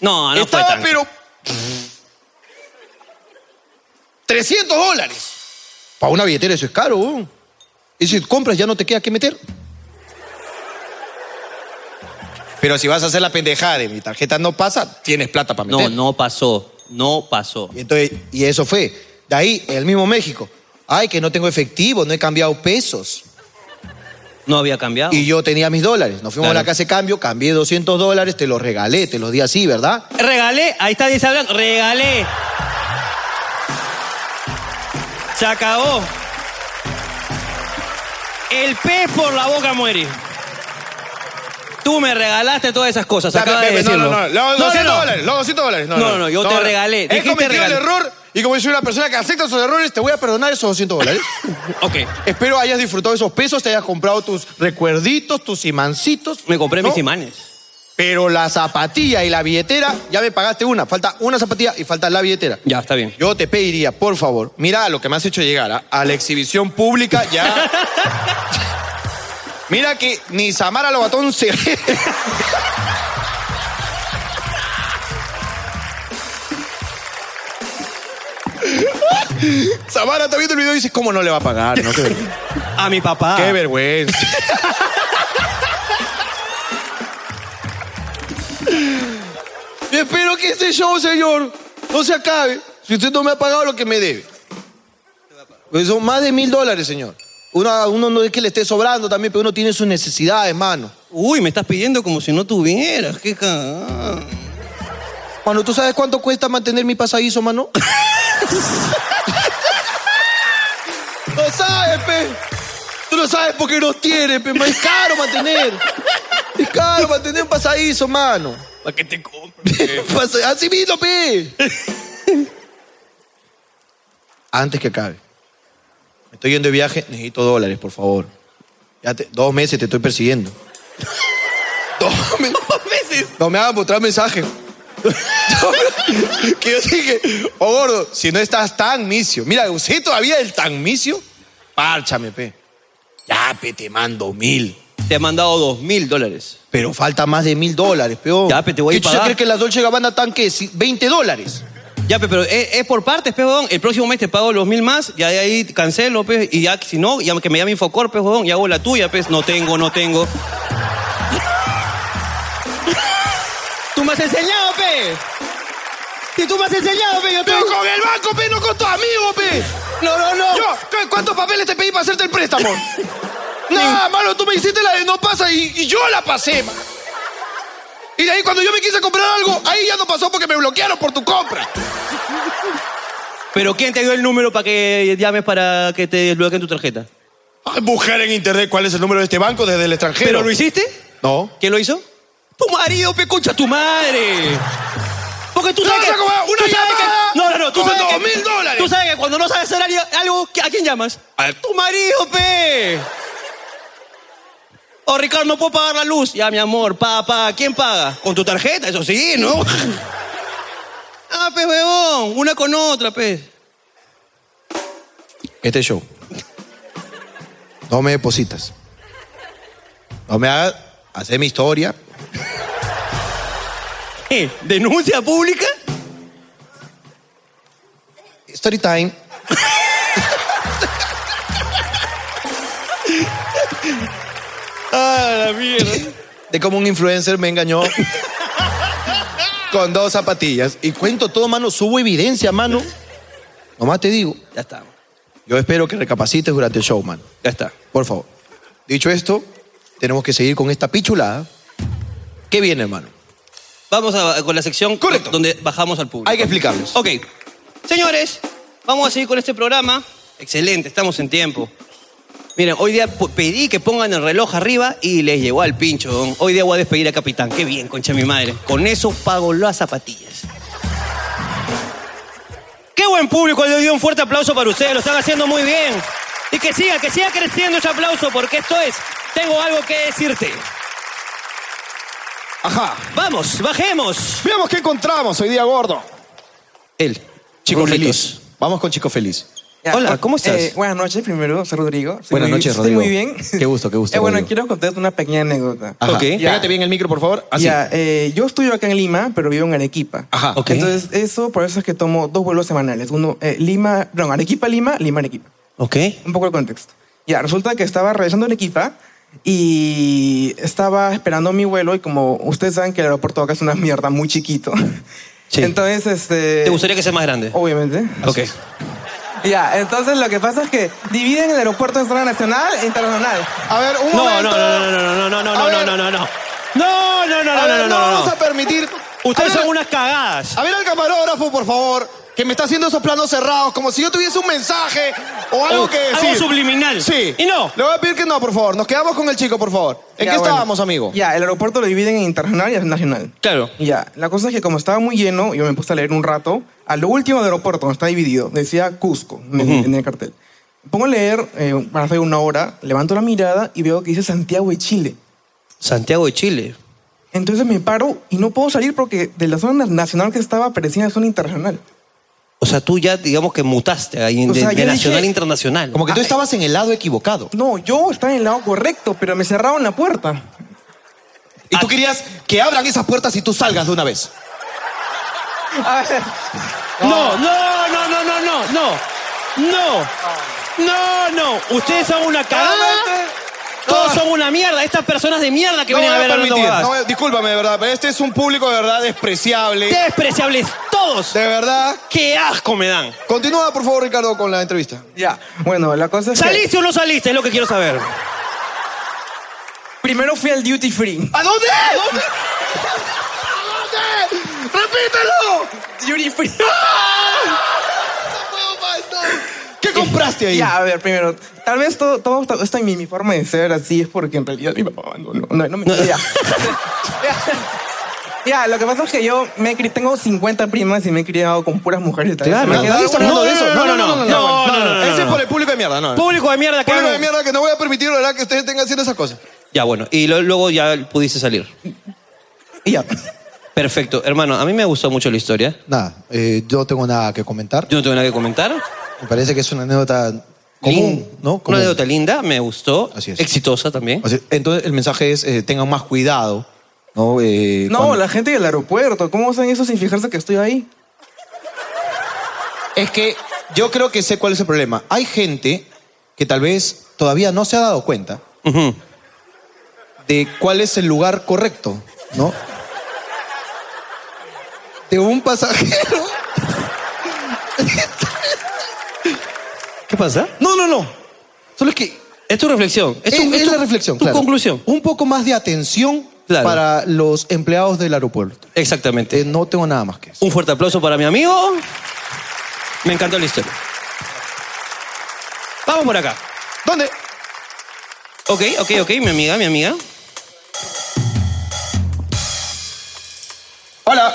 S2: No, no
S1: Estaba,
S2: fue tan.
S1: pero. 300 dólares. Para una billetera eso es caro, weón. Y si compras ya no te queda que meter. Pero si vas a hacer la pendejada de mi tarjeta no pasa, tienes plata para meter.
S2: No, no pasó. No pasó.
S1: Y, entonces, y eso fue. De ahí, en el mismo México. Ay, que no tengo efectivo, no he cambiado pesos.
S2: No había cambiado.
S1: Y yo tenía mis dólares. Nos fuimos
S2: Claro.
S1: a la casa de cambio, cambié 200 dólares, te los regalé, te los di así, ¿verdad?
S2: Regalé, ahí está dice hablando, regalé. Se acabó. El pez por la boca muere. Tú me regalaste todas esas cosas.
S1: Dame,
S2: acabas
S1: dame,
S2: de
S1: no,
S2: decirlo.
S1: no, no, los
S2: No,
S1: 200
S2: no, no.
S1: dólares, los 200 dólares. No,
S2: No,
S1: no,
S2: no, yo te regalé,
S1: He
S2: dijiste
S1: cometido el
S2: regalé.
S1: error y como yo soy una persona que acepta sus errores, te voy a perdonar esos 200 dólares.
S2: Ok.
S1: Espero hayas disfrutado esos pesos, te hayas comprado tus recuerditos, tus imancitos.
S2: Me compré
S1: ¿no?
S2: mis imanes.
S1: Pero la zapatilla y la billetera, ya me pagaste una. Falta una zapatilla y falta la billetera.
S2: Ya, está bien.
S1: Yo te pediría, por favor, mira lo que me has hecho llegar ¿ah? a la exhibición pública ya. mira que ni Samara Lobatón se. Samara está viendo el video y dice, ¿cómo no le va a pagar? no? Qué, ver-
S2: A mi papá.
S1: qué vergüenza. Yo espero que este show, señor, no se acabe si usted no me ha pagado lo que me debe. Pues son más de mil dólares, señor. Uno, a uno no es que le esté sobrando también, pero uno tiene sus necesidades, mano.
S2: Uy, me estás pidiendo como si no tuvieras. Qué cagada.
S1: Mano, ¿tú sabes cuánto cuesta mantener mi pasadizo, mano? no sabes, pe. Tú no sabes por qué no tienes, pe. ma. Es caro mantener. Es caro mantener un pasadizo, mano.
S6: ¿Para qué te compro?
S1: Pasa- Así mismo, pe. Antes que acabe. Me estoy yendo de viaje, necesito dólares, por favor. Ya te- dos meses te estoy persiguiendo. dos meses. No me hagan mostrar mensajes. que yo dije, oh gordo, si no estás tan misio. Mira, usé todavía el tan misio. Párchame, pe. Ya, pe, te mando mil.
S2: Te han mandado dos mil dólares.
S1: Pero falta más de mil dólares, peón.
S2: Ya, pe, te voy a
S1: ¿Qué chucha
S2: pagar.
S1: crees que la Dolce Gabbana están qué? Si- 20 dólares.
S2: Ya, pe, pero es, es por partes, pe, huevón. El próximo mes te pago los mil más, ya de ahí cancelo, pe, y ya, si no, ya que me llame Infocor, pe, huevón, y hago la tuya, pe. No tengo, no tengo. tú me has enseñado, pe. Si tú me has enseñado, pe, yo
S1: Pero
S2: tengo...
S1: con el banco, pe, no con tu amigo, pe.
S2: No, no, no.
S1: Yo, ¿cu- ¿cuántos papeles te pedí para hacerte el préstamo? Nada, mano, tú me hiciste la de no pasa y, y yo la pasé, ma. Y de ahí cuando yo me quise comprar algo, ahí ya no pasó porque me bloquearon por tu compra.
S2: Pero ¿quién te dio el número para que llames para que te desbloqueen tu tarjeta?
S3: Ay, Buscar en internet cuál es el número de este banco desde el extranjero.
S2: ¿Pero lo hiciste?
S3: No.
S2: ¿Quién lo hizo? Tu marido, pe, concha tu madre. Porque tú
S3: No,
S2: sabes que...
S3: saco, weón, una
S2: tú sabes
S3: llamada
S2: que- no, no, no. Tú
S3: con
S2: sabes que-
S3: 2.000 dólares.
S2: Tú sabes que cuando no sabes hacer ali- algo, ¿a quién llamas?
S3: A-
S2: tu marido, pe. Oh, Ricardo, no puedo pagar la luz. Ya, mi amor, pa, pa. ¿Quién paga? Con tu tarjeta, eso sí, ¿no? ah, pe, huevón. Una con otra, pe.
S1: Este show. No me depositas. No me hagas hacer mi historia.
S2: ¿Qué? ¿Denuncia pública?
S1: Story time.
S2: Ah, la mierda.
S1: de cómo un influencer me engañó con dos zapatillas. Y cuento todo, mano, subo evidencia, mano. Nomás te digo,
S2: ya está.
S1: yo espero que recapacites durante el show, mano.
S2: Ya está.
S1: Por favor. Dicho esto, tenemos que seguir con esta pichulada. ¿Qué viene, hermano?
S2: Vamos a- con la sección
S1: Correcto.
S2: donde bajamos al público.
S1: Hay que explicarles.
S2: Ok. Señores, vamos a seguir con este programa. Excelente, estamos en tiempo. Miren, hoy día po- pedí que pongan el reloj arriba y les llegó al pincho. don. Hoy día voy a despedir a capitán. Qué bien, concha de mi madre. Con eso pago las zapatillas. Qué buen público, les doy un fuerte aplauso para ustedes, lo están haciendo muy bien. Y que siga, que siga creciendo ese aplauso, porque esto es, tengo algo que decirte.
S1: Ajá.
S2: Vamos, bajemos.
S1: Veamos qué encontramos hoy día, gordo.
S2: Él,
S1: Chico
S2: Rulitos.
S1: feliz. Vamos con Chico feliz.
S7: Ya,
S2: Hola, ¿cómo estás?
S7: eh, buenas noches, primero, soy Rodrigo. Estoy
S1: Buenas
S7: muy-
S1: noches,
S7: estoy
S1: Rodrigo.
S7: muy bien.
S1: Qué gusto, qué gusto,
S7: Eh, bueno,
S1: Rodrigo.
S7: quiero contarte una pequeña anécdota.
S1: Ajá.
S2: Ok. Ah,
S1: Pégate bien el micro, por favor. Así.
S7: Ya, eh, yo estudio acá en Lima, pero vivo en Arequipa.
S1: Ah, Ajá.
S2: Ok.
S7: Entonces, eso, por eso es que tomo dos vuelos semanales. Uno, eh, Lima, perdón, Arequipa, Lima, Lima, Arequipa.
S2: Ok.
S7: Un poco el contexto. Ya, resulta que estaba regresando a Arequipa y estaba esperando mi vuelo y como ustedes saben que el aeropuerto acá es una mierda muy chiquito.
S2: Sí.
S7: Entonces, este...
S2: ¿Te
S1: Eh.
S2: gustaría que sea más grande?
S7: Obviamente.
S2: Ok.
S7: Ya, entonces lo que pasa es que dividen el aeropuerto en zona nacional e internacional.
S1: A ver, un
S2: No, no,
S1: momento.
S2: no, no, no, no, no, no,
S1: A
S2: no,
S1: ver.
S2: no, no, no, no. No, no, no,
S1: A
S2: no,
S1: ver,
S2: no, no, no,
S1: vamos
S2: no.
S1: a permitir.
S2: Ustedes
S1: A ver,
S2: son unas cagadas.
S1: A ver al camarógrafo, por favor, que me está haciendo esos planos cerrados, como si yo tuviese un mensaje o Oh, algo
S2: O-
S1: que
S2: algo
S1: decir.
S2: subliminal.
S1: Sí.
S2: Y no.
S1: Le voy a pedir que no, por favor. Nos quedamos con el chico, por favor. ¿En
S7: Ya,
S1: qué
S7: bueno.
S1: estábamos, amigo?
S7: Ya, el aeropuerto lo dividen en internacional y nacional.
S2: Claro.
S7: Ya, la cosa es que como estaba muy lleno, yo me puse a leer un rato. A lo último del aeropuerto, donde está dividido, decía Cusco en, en el cartel. Pongo a leer, eh, para hacer una hora, levanto la mirada y veo que dice Santiago de Chile.
S2: Santiago de Chile.
S7: Entonces me paro y no puedo salir porque de la zona nacional que estaba parecía zona internacional.
S2: O sea, tú ya, digamos que mutaste ahí
S7: O
S2: de,
S7: sea,
S2: de
S7: yo dije- ah,
S2: nacional a internacional. Ah,
S1: Como que tú estabas en el lado equivocado.
S7: No, yo estaba en el lado correcto, pero me cerraron la puerta.
S1: Y tú querías que abran esas puertas y tú salgas de una vez.
S7: A ver,
S2: No, no, no, no, no, no, no. No. No, no. Ustedes son una cagada. Todos son una mierda. Estas personas de mierda que
S1: Ah, este- no
S2: vienen a
S1: voy
S2: ver a
S1: permitir.
S2: los
S1: no voy a- discúlpame, de verdad, pero este es un público de verdad despreciable.
S2: Despreciables todos.
S1: De verdad.
S2: Qué asco me dan.
S1: Continúa, por favor, Ricardo, con la entrevista.
S7: ya. Bueno, la cosa es que-
S2: ¿Saliste o no saliste? Es lo que quiero saber.
S1: Ah.
S7: Primero fui al duty free.
S1: ¿A dónde? ¿A dónde? ¿A dónde? ¡Repítelo! ¡Ah!
S7: Duty free.
S1: ¿Qué compraste ahí?
S7: Ya, a ver, primero, tal vez todo, todo esto- esto en mi, mi forma de ser así es porque en realidad mi papá no, no, no, no me ya. Ya, Ya, lo que pasa es que yo me he cri- tengo 50 primas y me he criado con puras mujeres. tal vez
S1: Claro,
S7: me
S1: nadie
S7: he quedado
S1: está
S7: con-
S1: hablando de eso.
S2: no, no, no, no, no, no, no, no,
S1: Ese es
S2: no.
S1: por el público de mierda, no. no.
S2: Público de mierda que
S1: Público de
S2: hagan-
S1: mierda que no voy a permitir, la ¿verdad? Que ustedes tengan haciendo esas cosas.
S2: Ya, bueno. Y lo- luego ya pudiste salir.
S7: Ya.
S2: Perfecto. Hermano, a mí me gustó mucho la historia.
S1: Nada, eh, yo no tengo nada que comentar.
S2: Yo no tengo nada que comentar.
S1: Me parece que es una anécdota común,
S2: Lin-
S1: ¿no?
S2: Una
S1: Común.
S2: anécdota linda, me gustó.
S1: Así es. Eh,
S2: Exitosa también.
S1: O sea, entonces el mensaje es, eh, tengan más cuidado, ¿no? Eh,
S7: No,
S1: cuando-
S7: la gente del aeropuerto, ¿cómo hacen eso sin fijarse que estoy ahí?
S1: Es que yo creo que sé cuál es el problema. Hay gente que tal vez todavía no se ha dado cuenta
S2: Ujú.
S1: de cuál es el lugar correcto, ¿no? De un pasajero.
S2: ¿Qué pasa?
S1: No, no, no. Solo es que
S2: Es tu reflexión. Es,
S1: es,
S2: tu,
S1: es
S2: tu-
S1: la reflexión.
S2: Tu
S1: claro.
S2: conclusión.
S1: Un poco más de atención
S2: Claro.
S1: para los empleados del aeropuerto.
S2: Exactamente.
S1: Eh, no tengo nada más que eso.
S2: Un fuerte aplauso para mi amigo. Me encantó la historia. Vamos por acá.
S1: ¿Dónde?
S2: Ok, ok, ok, mi amiga, mi amiga.
S1: Hola,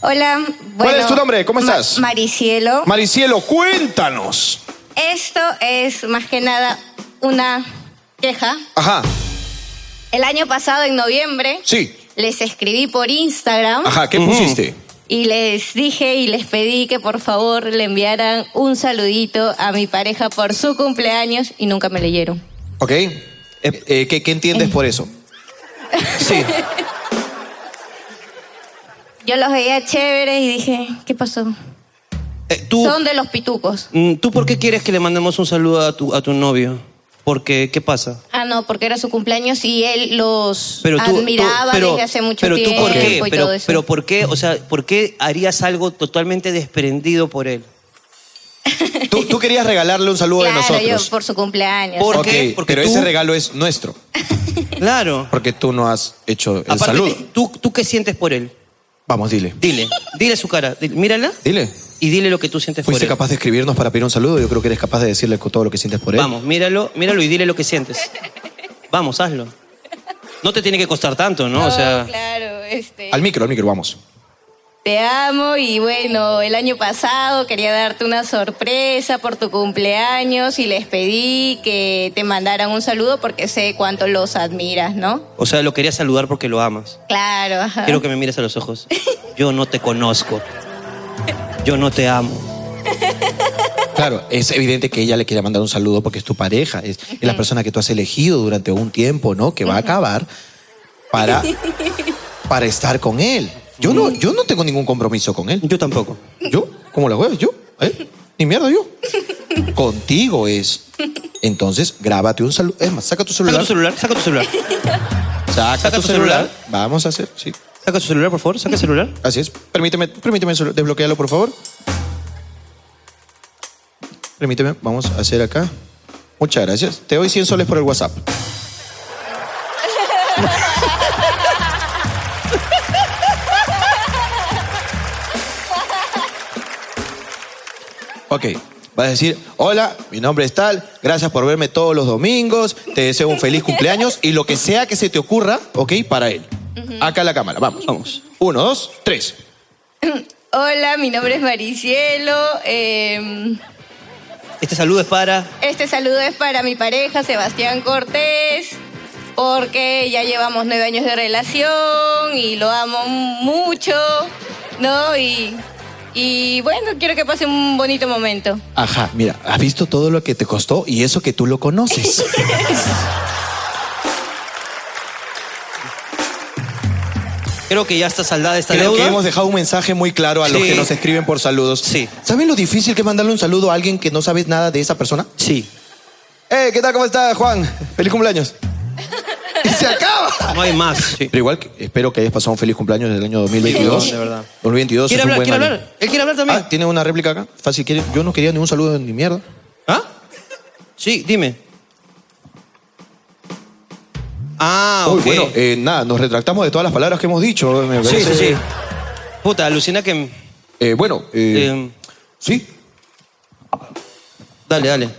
S8: Hola. bueno,
S3: es tu nombre? ¿Cómo
S8: Ma-
S3: estás?
S8: Maricielo.
S3: Maricielo, cuéntanos.
S8: Esto es más que nada una queja.
S3: Ajá,
S8: El año pasado, en noviembre,
S3: sí.
S8: les escribí por
S1: Ah.
S8: Instagram
S3: Ajá, ¿qué pusiste?
S8: y les dije y les pedí que por favor le enviaran un saludito a mi pareja por su cumpleaños y nunca me leyeron.
S1: Ok. Eh, eh, ¿qué, qué entiendes por eso?
S2: Sí.
S8: Yo los veía chéveres y dije, ¿qué pasó?
S2: Eh, tú,
S8: Son de los pitucos.
S2: mm, ¿Tú por qué quieres que le mandemos un saludo a tu, a tu novio? Porque, ¿qué pasa?
S8: Ah, no, porque era su cumpleaños y él los
S2: Pero tú,
S8: admiraba
S2: tú- pero,
S8: desde hace mucho
S2: pero
S8: tiempo
S2: tú por qué,
S8: y
S2: pero,
S8: todo eso.
S2: pero por qué, o sea, ¿por qué harías algo totalmente desprendido por él?
S1: Tú, tú querías regalarle un saludo de
S8: claro,
S1: nosotros.
S8: yo por su cumpleaños.
S2: Por-
S1: Ok,
S2: qué? Porque
S1: pero
S2: tú-
S1: ese regalo es nuestro.
S2: Claro.
S1: Porque tú no has hecho el
S2: Aparte,
S1: saludo.
S2: te- ¿tú, ¿tú qué sientes por él?
S1: Vamos, dile.
S2: Dile, dile su cara, dile- mírala
S1: Dile.
S2: y dile lo que tú sientes por
S1: Fuiste
S2: él.
S1: capaz de escribirnos para pedir un saludo. Yo creo que eres capaz de decirle con todo lo que sientes por él.
S2: Vamos, míralo, míralo y dile lo que sientes. Vamos, hazlo. No te tiene que costar tanto, ¿no? o sea,
S8: claro, este...
S1: Al micro, al micro, vamos.
S8: Te amo y bueno, el año pasado quería darte una sorpresa por tu cumpleaños y les pedí que te mandaran un saludo porque sé cuánto los admiras, ¿no?
S2: o sea, lo quería saludar porque lo amas.
S8: Claro. ajá.
S2: Quiero que me mires a los ojos. Yo no te conozco. Yo no te amo.
S1: Claro, es evidente que ella le quiere mandar un saludo porque es tu pareja. Es, es la persona que tú has elegido durante un tiempo, ¿no? Que va a acabar para, para estar con él. Yo no, yo no tengo ningún compromiso con él.
S2: Yo tampoco.
S1: ¿Yo? ¿Cómo la jueves? ¿Yo? ¿Eh? Ni mierda yo. Contigo es. Entonces, grábate un saludo. Es más, saca tu
S2: Saca
S1: celular.
S2: tu celular, saca tu celular.
S1: Saca,
S2: Saca
S1: tu
S2: tu
S1: celular.
S2: celular.
S1: Vamos a hacer, sí.
S2: Saca tu celular, por favor, saca el celular.
S1: Así es. Permíteme, permíteme solo- desbloquearlo, por favor. Permíteme, vamos a hacer acá. Muchas gracias. Te doy 100 soles por el WhatsApp. Ok, vas a decir, hola, mi nombre es tal, gracias por verme todos los domingos, te deseo un feliz cumpleaños y lo que sea que se te ocurra, ok, para él. Acá la cámara, vamos.
S2: Vamos.
S1: Uno, dos, tres.
S8: Hola, mi nombre es Maricielo. eh,
S2: Este saludo es para.
S8: este saludo es para mi pareja Sebastián Cortés. Porque ya llevamos nueve años de relación y lo amo mucho, ¿no? Y, y bueno, quiero que pase un bonito momento.
S1: Ajá, mira, has visto todo lo que te costó y eso que tú lo conoces.
S2: Creo que ya está saldada esta
S1: Creo que
S2: deuda.
S1: hemos dejado un mensaje muy claro a los
S2: Sí.
S1: que nos escriben por saludos.
S2: Sí.
S1: ¿Saben lo difícil que es mandarle un saludo a alguien que no sabes nada de esa persona?
S2: Sí.
S1: Eh, ¿qué tal? ¿Cómo está, Juan? Feliz cumpleaños. y se acaba.
S2: No hay más. Sí.
S1: Pero igual, que- espero que hayas pasado un feliz cumpleaños del año 2022.
S2: Sí, de verdad.
S1: 2022
S2: ¿Quiere
S1: es un
S2: hablar?
S1: buen
S2: ¿Quiere
S1: año.
S2: hablar? ¿Él quiere hablar también?
S1: Ah, ¿tiene una réplica acá? Fácil, ¿quiere? Yo no quería ningún saludo ni mierda.
S2: ¿Ah? Sí, dime. Ah,
S1: Uy,
S2: ok.
S1: bueno, eh, nada, nos retractamos de todas las palabras que hemos dicho. eh, me
S2: sí, sí,
S1: parece.
S2: sí. Puta, alucina que...
S1: Eh, bueno, eh,
S2: eh,
S1: sí,
S2: dale, dale.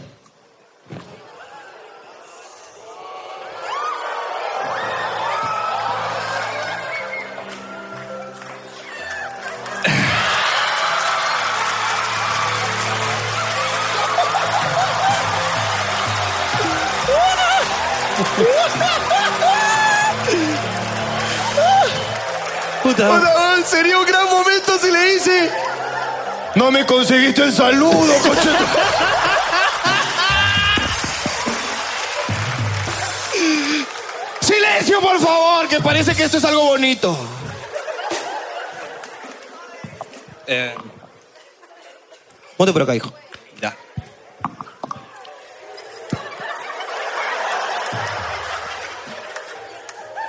S2: Puta.
S1: O sea, weón, sería un gran momento si le dice. No me conseguiste el saludo, coche. Silencio, por favor, que parece que esto es algo bonito.
S6: Eh,
S2: Ponte por acá, hijo.
S6: ya.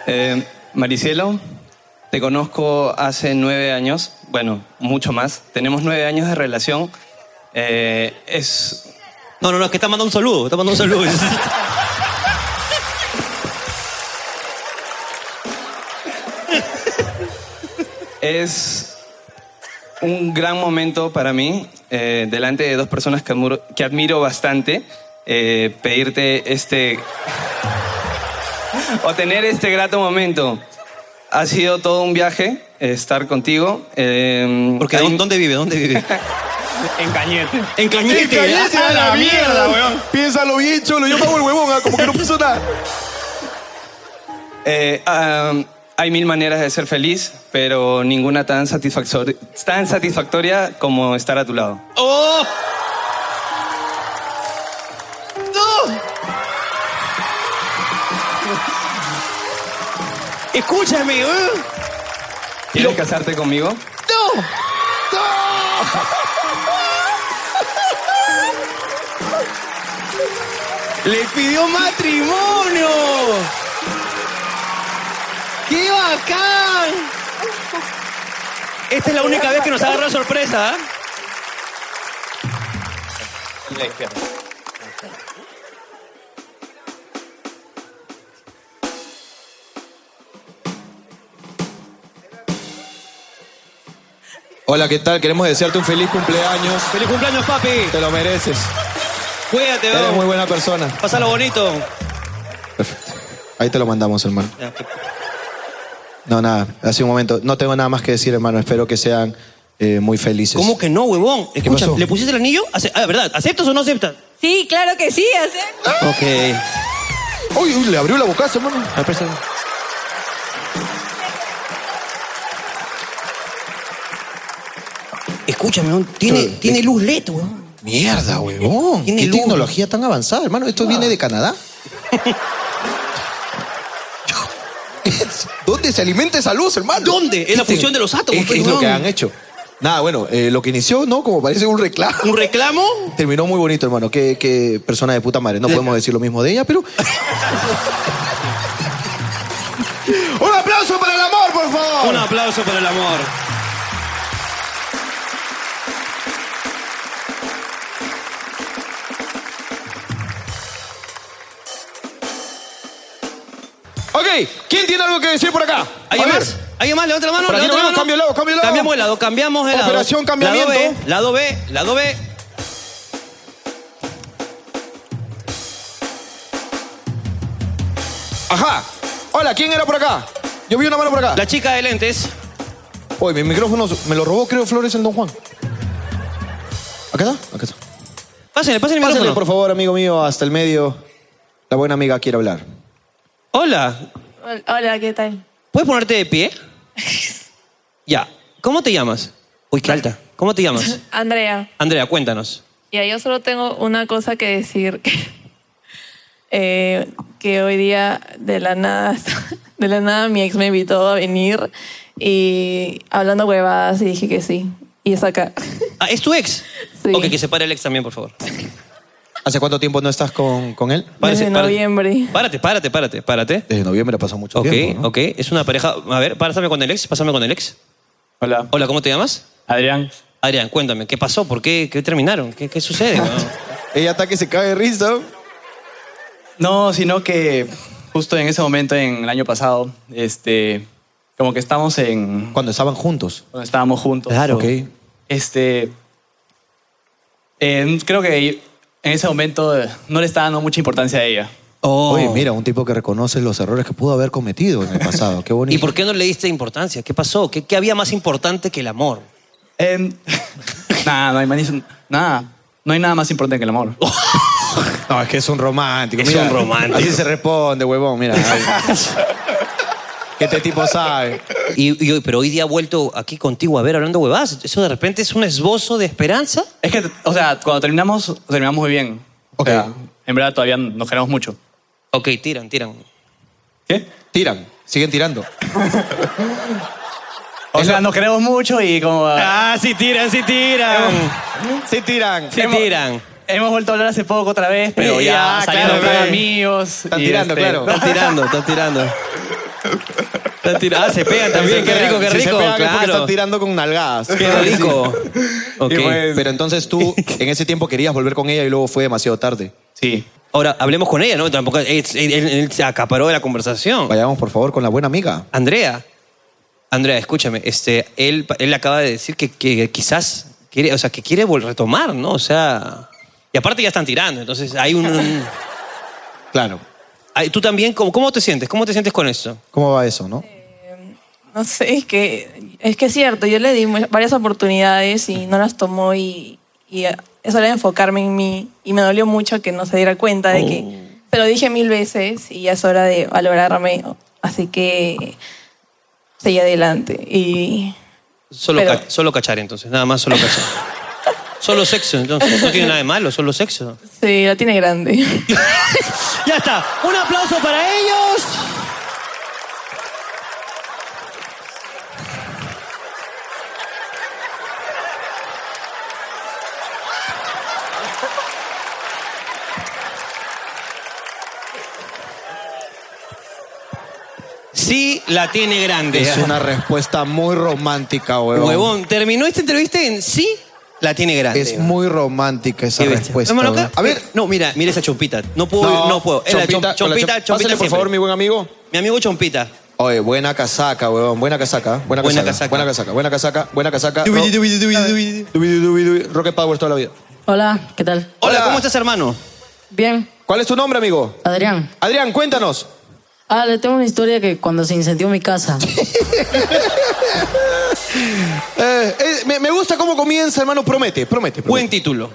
S9: Eh, Maricielo, te conozco hace nueve años, bueno, mucho más. Tenemos nueve años de relación. Eh, es,
S2: No, no, no, es que está mandando un saludo. Está mandando un saludo.
S9: es un gran momento para mí, eh, delante de dos personas que admiro, que admiro bastante, eh, pedirte este... o tener este grato momento. Ha sido todo un viaje eh, estar contigo. eh,
S2: Porque
S9: hay-
S2: ¿dó- ¿dónde vive? ¿Dónde vive?
S9: En Cañete.
S2: En Cañete.
S1: ¡Cállate a la mierda,
S6: weón.
S1: Piénsalo bien, cholo. Yo pago el huevón, ah, como que no pienso nada.
S9: Eh, am, hay mil maneras de ser feliz, pero ninguna tan, satisfactor- tan satisfactoria como estar a tu lado.
S6: ¡Oh!
S2: Escúchame, ¿eh?
S9: ¿Quieres casarte conmigo?
S2: ¡Le pidió matrimonio! ¡Qué bacán! Esta es la única vez que nos agarra sorpresa, ¿ah?
S1: Hola, ¿qué tal? Queremos desearte un feliz cumpleaños.
S2: ¡Feliz cumpleaños, papi!
S1: Te lo mereces.
S2: Cuídate,
S1: Eres muy
S2: weón.
S1: buena persona.
S2: Pásalo bonito.
S1: Perfecto. Ahí te lo mandamos, hermano.
S2: Ya, pe-
S1: No, nada, hace un momento. No tengo nada más que decir, hermano. Espero que sean eh, muy felices.
S2: ¿Cómo que no, huevón? Escucha,
S1: pasó?
S2: ¿le pusiste el anillo? Ace- ah, ¿verdad? ¿Aceptas o no aceptas?
S8: Sí, claro que sí, hacer.
S2: Ok.
S1: Uy, uy, le abrió la bocaza, hermano.
S2: A ver, préstame. Escúchame, weón, tiene,
S1: Yo-
S2: tiene luz LED, weón.
S1: Mierda, huevón.
S2: Tiene
S1: Qué
S2: luz.
S1: tecnología tan avanzada, hermano. Esto viene de Canadá. ¿Dónde se alimenta esa luz, hermano?
S2: ¿Dónde? Es la fusión de los átomos,
S1: Es, que
S2: pues,
S1: es lo
S2: huevón.
S1: que han hecho. Nada, bueno, eh, lo que inició, ¿no? Como parece un reclamo.
S2: ¿Un reclamo?
S1: Terminó muy bonito, hermano. Qué, qué persona de puta madre. No podemos decir lo mismo de ella, pero. ¡Un aplauso para el amor, por favor!
S2: Un aplauso para el amor.
S1: Ok, ¿quién tiene algo que decir por acá?
S2: ¿Alguien
S1: A ver.
S2: más? ¿Alguien más? Levanta la mano.
S1: Por aquí
S2: levanta la
S1: tenemos
S2: mano.
S1: cambio de lado, cambio de lado.
S2: Cambiamos de lado, cambiamos de lado.
S1: Operación cambiamiento.
S2: Lado B, lado B, lado B.
S1: Ajá. Hola, ¿quién era por acá? Yo vi una mano por acá.
S2: La chica de lentes.
S1: Oye, mi micrófono me lo robó, creo, Flores, el Don Juan. ¿Acá está? Acá está.
S2: Pásenle, pásenle el
S1: Pásale,
S2: micrófono.
S1: por favor, amigo mío, hasta el medio. La buena amiga quiere hablar.
S2: Hola,
S8: Hola, ¿qué tal?
S2: ¿puedes ponerte de pie? ya. ¿Cómo te llamas? Uy, qué alta. ¿Cómo te llamas?
S10: Andrea,
S2: Andrea, cuéntanos.
S10: ya yo solo tengo una cosa que decir. Que, eh, que hoy día de la nada, de la nada mi ex me invitó a venir y hablando huevadas y dije que sí. Y es acá.
S2: Ah, ¿es tu ex?
S10: Sí.
S2: Ok, que se pare el ex también, por favor.
S1: ¿Hace cuánto tiempo no estás con, con él?
S2: Párese,
S10: Desde
S2: párate.
S10: noviembre.
S2: Párate, párate, párate, párate.
S1: Desde noviembre ha pasado mucho
S2: Ok,
S1: tiempo. ¿no?
S2: ok. Es una pareja... A ver, pásame con el ex, pásame con el ex.
S5: Hola.
S2: Hola, ¿cómo te llamas?
S5: Adrián.
S2: Adrián, cuéntame, ¿qué pasó? ¿Por qué, qué terminaron? ¿Qué, qué sucede? weón?
S1: Ella está que se cae de risa.
S9: No, sino que justo en ese momento, en el año pasado, este, como que estamos en...
S1: Cuando estaban juntos.
S9: Cuando estábamos juntos.
S2: Claro.
S1: Ok.
S9: Este, eh, creo que en ese momento eh, no le estaba dando mucha importancia a ella.
S2: Oh.
S1: Oye, mira, un tipo que reconoce los errores que pudo haber cometido en el pasado. Qué bonito.
S2: ¿Y por qué no le diste importancia? ¿Qué pasó? ¿Qué, qué había más importante que el amor?
S9: Eh, nada, no hay manis- nada. No hay nada más importante que el amor.
S1: No, es que es un romántico.
S2: Es un romántico.
S1: Así se responde, huevón, mira. Ay.
S2: que este tipo sabe. Y, y hoy- pero hoy día ha vuelto aquí contigo a ver hablando huevas. Eso de repente es un esbozo de esperanza.
S9: Es que, o sea, cuando terminamos, terminamos muy bien. O sea, en verdad todavía nos queremos mucho.
S2: Ok, tiran, tiran.
S9: ¿Qué?
S1: Tiran, siguen tirando.
S9: O sea, nos queremos mucho y como...
S2: Ah, sí tiran, sí tiran.
S1: Sí tiran.
S2: Sí tiran.
S9: Hemos vuelto a hablar hace poco otra vez, pero
S2: Sí,
S9: ya,
S2: ya,
S9: salieron
S2: claro,
S9: con
S2: claro.
S9: amigos.
S1: Están
S9: y
S1: tirando,
S9: este-
S1: claro.
S2: Están tirando, están tirando. Están tirando. Ah, se pegan también. Qué rico, qué
S1: Si se
S2: rico.
S1: pegan es porque
S2: claro.
S1: están tirando con nalgadas. pues,
S2: Qué rico. Ok.
S9: Y bueno.
S1: Pero entonces tú, en ese tiempo querías volver con ella y luego fue demasiado tarde.
S9: Sí.
S2: Ahora, hablemos con ella, ¿no? Tampoco, es- él, él- él se acaparó de la conversación.
S1: Vayamos, por favor, con la buena amiga.
S2: Andrea, Andrea, escúchame, este, él, él acaba de decir que, que quizás quiere, o sea, que quiere vol- retomar, ¿no? O sea, y aparte ya están tirando, entonces hay un, un-
S1: Claro.
S2: hay- tú también, ¿cómo, cómo te sientes? ¿Cómo te sientes con eso?
S1: ¿Cómo va eso, no?
S10: No sé, es que es, que es cierto, yo le di mu- varias oportunidades y no las tomó y, y eh, eso era enfocarme en mí y me dolió mucho que no se diera cuenta de que
S2: Oh.
S10: se lo dije mil veces y ya es hora de valorarme, así que seguí adelante y
S2: Solo,
S10: Pero-
S2: ca- solo cachar entonces, nada más solo cachar. solo sexo, entonces, no tiene nada de malo, solo sexo.
S10: sí, la tiene grande.
S2: Ya está, un aplauso para ellos. Sí, la tiene grande.
S1: Es una respuesta muy romántica, huevón.
S2: Huevón, terminó esta entrevista en sí, la tiene grande.
S1: Es muy romántica esa
S2: Qué bestia.
S1: respuesta.
S2: Hermano,
S1: huevón.
S2: acá-
S1: A ver,
S2: no, mira, mira esa chompita. No puedo, no, no puedo. Es la chom-
S1: Chompita, con la
S2: chompita,
S1: chom-
S2: chompita,
S1: Pásale, por
S2: siempre.
S1: favor, mi buen amigo.
S2: Mi amigo Chompita.
S1: Oye, buena casaca, huevón. Buena casaca. ¿eh? Buena
S2: Buena
S1: casaca.
S2: casaca.
S1: Buena casaca. Buena casaca. Buena casaca.
S2: Dubi,
S1: Ro- dubi, dubi, dubi. Rocket Power toda la vida.
S11: Hola, ¿qué tal?
S2: Hola,
S1: Hola.
S2: ¿cómo estás, hermano?
S11: Bien,
S1: ¿Cuál es tu nombre, amigo?
S11: Adrián.
S1: Adrián, cuéntanos.
S11: Ah, le tengo una historia que cuando se incendió mi casa.
S1: Eh, eh, me, me gusta cómo comienza, hermano. Promete, promete. promete.
S2: Buen título.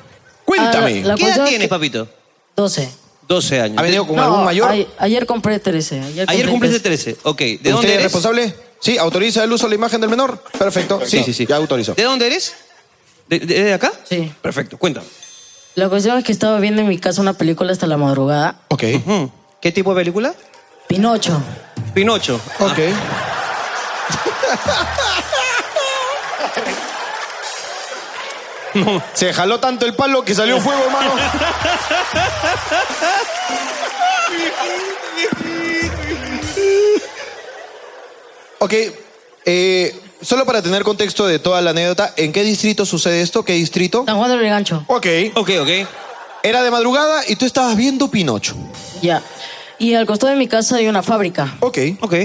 S1: Cuéntame.
S11: Ah, la-
S2: ¿Qué edad
S11: cosa es
S2: tienes,
S11: que-
S2: papito?
S11: 12.
S2: 12 años.
S1: ¿Ha venido con algún
S11: No, ah,
S1: mayor?
S11: ay- ayer compré 13. Ayer,
S2: Ayer cumpliste 13. Ok. ¿De
S1: ¿Usted
S2: dónde
S1: es
S2: eres?
S1: responsable? Sí, autoriza el uso de la imagen del menor. Perfecto. Sí, sí, sí. Ya autorizo.
S2: ¿De dónde eres? ¿De, de- de acá?
S11: 13. Sí.
S2: Perfecto, cuéntame.
S11: La cuestión es que estaba viendo en mi casa una película hasta la madrugada.
S1: Ok.
S2: Ujú. ¿Qué tipo de película?
S11: Pinocho.
S2: Pinocho. Ah.
S1: Ok. Se jaló tanto el palo que salió fuego, hermano. ok, eh, solo para tener contexto de toda la anécdota, ¿en qué distrito sucede esto? ¿Qué distrito?
S11: San Juan del Regancho.
S1: Ok.
S2: Ok, ok.
S1: Era de madrugada y tú estabas viendo Pinocho.
S11: Ya. Y al costado de mi casa hay una fábrica
S1: Ok.
S2: Ok.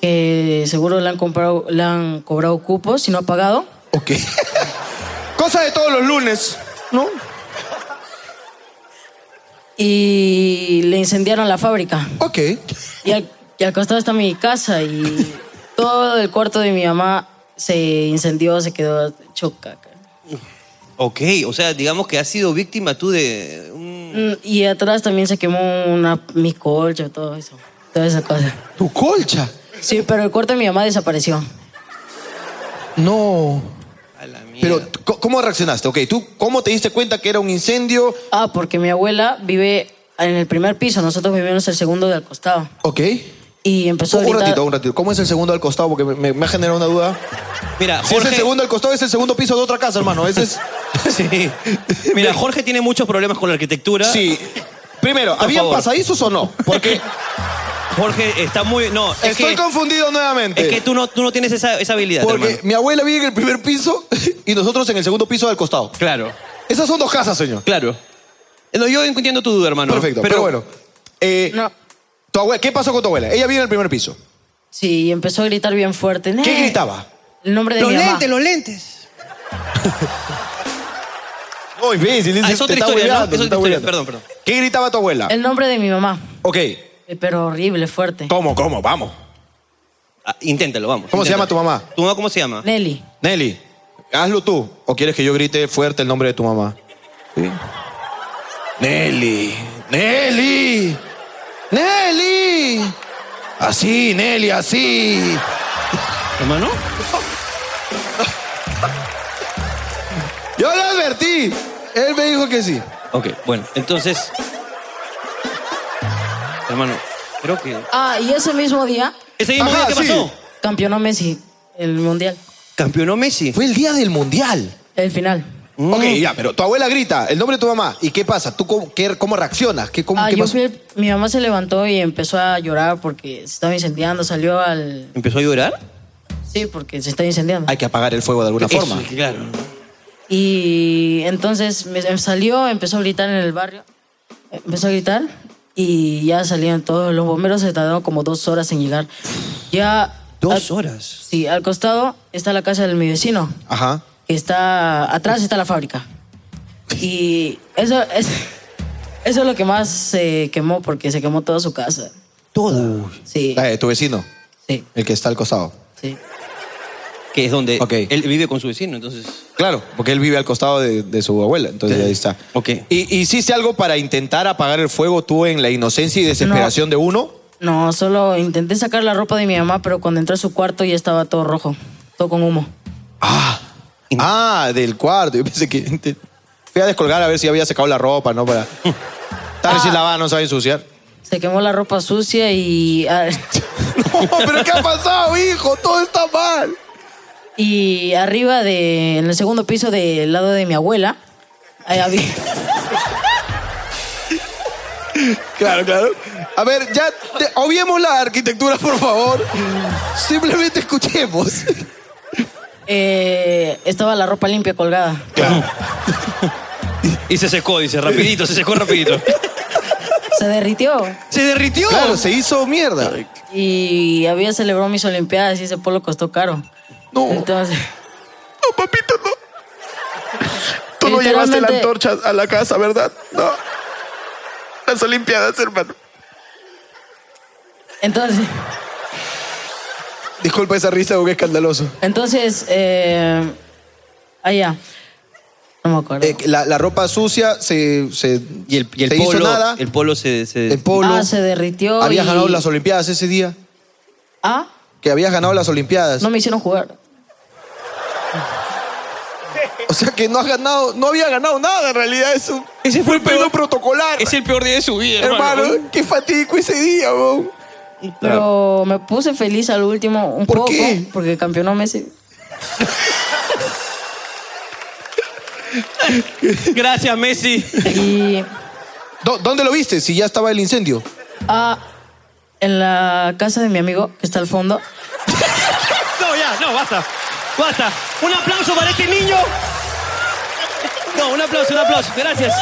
S11: que seguro le han, comprado, le han cobrado cupos y no ha pagado.
S1: Ok. Cosa de todos los lunes, ¿no?
S11: Y le incendiaron la fábrica.
S1: Ok.
S11: Y al, y al costado está mi casa y todo el cuarto de mi mamá se incendió, se quedó chocaca.
S2: Ok, o sea, digamos que has sido víctima tú de un...
S11: Mm, Y atrás también se quemó una, mi colcha, todo eso. Toda esa cosa.
S1: Tu colcha.
S11: Sí, pero el cuarto de mi mamá desapareció.
S1: No.
S2: A la mierda.
S1: Pero, ¿c- ¿cómo reaccionaste? Ok, ¿tú cómo te diste cuenta que era un incendio?
S11: Ah, porque mi abuela vive en el primer piso, nosotros vivimos el segundo de al costado.
S1: Ok.
S11: Y empezó a
S1: Un
S11: gritar.
S1: ratito, un ratito. ¿Cómo es el segundo al costado? Porque me, me- me ha generado una duda.
S2: Mira,
S1: Si es el
S2: Jorge...
S1: segundo al costado, es el segundo piso de otra casa, hermano. Ese es...
S2: Sí. Mira, Jorge tiene muchos problemas con la arquitectura.
S1: Sí. Primero,
S2: Por
S1: ¿habían
S2: favor.
S1: pasadizos o no? Porque
S2: Jorge está muy... No, es
S1: estoy
S2: que,
S1: confundido nuevamente.
S2: es que tú, no, tú no tienes esa, esa habilidad,
S1: Porque
S2: hermano.
S1: mi abuela vive en el primer piso y nosotros en el segundo piso del costado.
S2: Claro,
S1: Esas son dos casas, señor.
S2: claro. No, yo entiendo tu duda, hermano.
S1: Perfecto, pero, bueno. Eh,
S11: No.
S1: tu abuela- ¿Qué pasó con tu abuela? Ella vive en el primer piso.
S11: Sí, y empezó a gritar bien fuerte.
S1: ¿Qué
S2: Eh.
S11: "Nee".
S1: gritaba?
S11: El nombre de mi mamá.
S2: los lentes.
S1: No, imbécil,
S2: Ah,
S1: dice,
S2: es otra
S1: te está
S2: historia, ¿no?
S1: hueveando,
S2: Es
S1: te
S2: otra
S1: está
S2: historia,
S1: hueveando.
S2: perdón, perdón.
S1: ¿Qué gritaba tu abuela?
S11: El nombre de mi mamá.
S1: Ok,
S11: Eh, Pero horrible, fuerte.
S1: ¿cómo, cómo? Vamos.
S2: Ah, inténtalo, vamos.
S1: ¿Cómo se
S2: inténtalo.
S1: llama tu mamá?
S2: ¿Tu mamá cómo se llama?
S11: Nelly.
S1: Nelly, hazlo tú. ¿O quieres que yo grite fuerte el nombre de tu mamá? Sí. Nelly, Nelly, Nelly. Así, Nelly, así.
S2: ¿Hermano?
S1: Yo le advertí. Él me dijo que sí.
S2: Ok, bueno, entonces. Hermano, creo que.
S11: Ah, y ese mismo día.
S2: ¿Ese mismo Ajá, día qué sí. pasó?
S11: Campeonó Messi el mundial.
S2: Campeonó Messi. Mm.
S1: Fue el día del mundial.
S11: El final.
S1: Ok, ya, pero tu abuela grita el nombre de tu mamá. ¿Y qué pasa? ¿Tú cómo, qué- cómo reaccionas? ¿Qué, cómo,
S11: Ah,
S1: qué
S11: yo
S1: pasó?
S11: fui el- mi mamá se levantó y empezó a llorar porque se estaba incendiando. Salió al.
S2: ¿Empezó a llorar?
S11: Sí, porque se está incendiando.
S1: Hay que apagar el fuego de alguna
S2: Eso,
S1: forma.
S2: Claro.
S11: Y entonces me me salió, empezó a gritar en el barrio. Empezó a gritar y ya salían todos. Los bomberos se tardaron como dos horas en llegar. Ya.
S2: Dos horas.
S11: Sí, al costado está la casa de mi vecino.
S1: Ajá.
S11: que está atrás está la fábrica. Y eso es eso es lo que más se quemó porque se quemó toda su casa.
S2: Toda.
S11: Sí.
S1: La de tu vecino.
S11: Sí.
S1: El que está al costado.
S2: Que es donde él vive con su vecino, entonces.
S1: Claro, porque él vive al costado de, de su abuela. Entonces ahí está.
S2: Ok.
S1: ¿Y hiciste algo para intentar apagar el fuego tú en la inocencia y desesperación de uno?
S11: No, solo intenté sacar la ropa de mi mamá, pero cuando entré a su cuarto ya estaba todo rojo, todo con humo.
S1: Ah, del cuarto. Yo pensé que. te- Fui a descolgar a ver si había secado la ropa, ¿no? Para. Tal
S11: Ah.
S1: vez si lavar, no se va a ensuciar.
S11: Se quemó la ropa sucia y ah,
S1: ¿Pero qué ha pasado, hijo? Todo está mal.
S11: y arriba de en el segundo piso del lado de mi abuela ahí había-
S1: Claro, claro. A ver, ya te- obviemos la arquitectura, por favor. Simplemente escuchemos.
S11: eh, estaba la ropa limpia colgada.
S2: Y se secó, dice, rapidito, se secó rapidito.
S11: Se derritió.
S2: Se derritió.
S1: Claro, se hizo mierda.
S11: y había celebrado mis olimpiadas y ese polo costó caro. No. Entonces.
S3: Tú no llevaste la
S11: Literalmente-
S3: antorcha a la casa, ¿verdad? No. Las Olimpiadas, hermano.
S11: Entonces,
S1: Disculpa esa risa, porque es escandaloso.
S11: entonces, eh, allá. No me acuerdo.
S1: Eh, la, la ropa sucia se, se-
S2: Y el, y el
S1: se
S2: polo.
S1: hizo nada.
S2: El polo se. se-
S1: El polo.
S11: Ah, se derritió.
S1: Habías
S11: y-
S1: ganado las Olimpiadas ese día.
S11: Ah,
S1: Que habías ganado las Olimpiadas.
S11: no me hicieron jugar.
S1: O sea que no has ganado, no había ganado nada en realidad. Es un,
S6: Ese fue el
S1: pedo
S6: peor,
S1: protocolar.
S6: es el peor día de su vida, hermano.
S1: hermano, qué fatídico ese día, weón.
S11: Pero me puse feliz al último un poco porque campeonó Messi.
S2: Gracias, Messi.
S11: Y
S1: ¿Dó- ¿Dónde lo viste? Si ya estaba el incendio.
S11: ah, en la casa de mi amigo que está al fondo.
S2: No, ya, no, basta. Basta. Un aplauso para este niño. No, un aplauso, un aplauso. Gracias.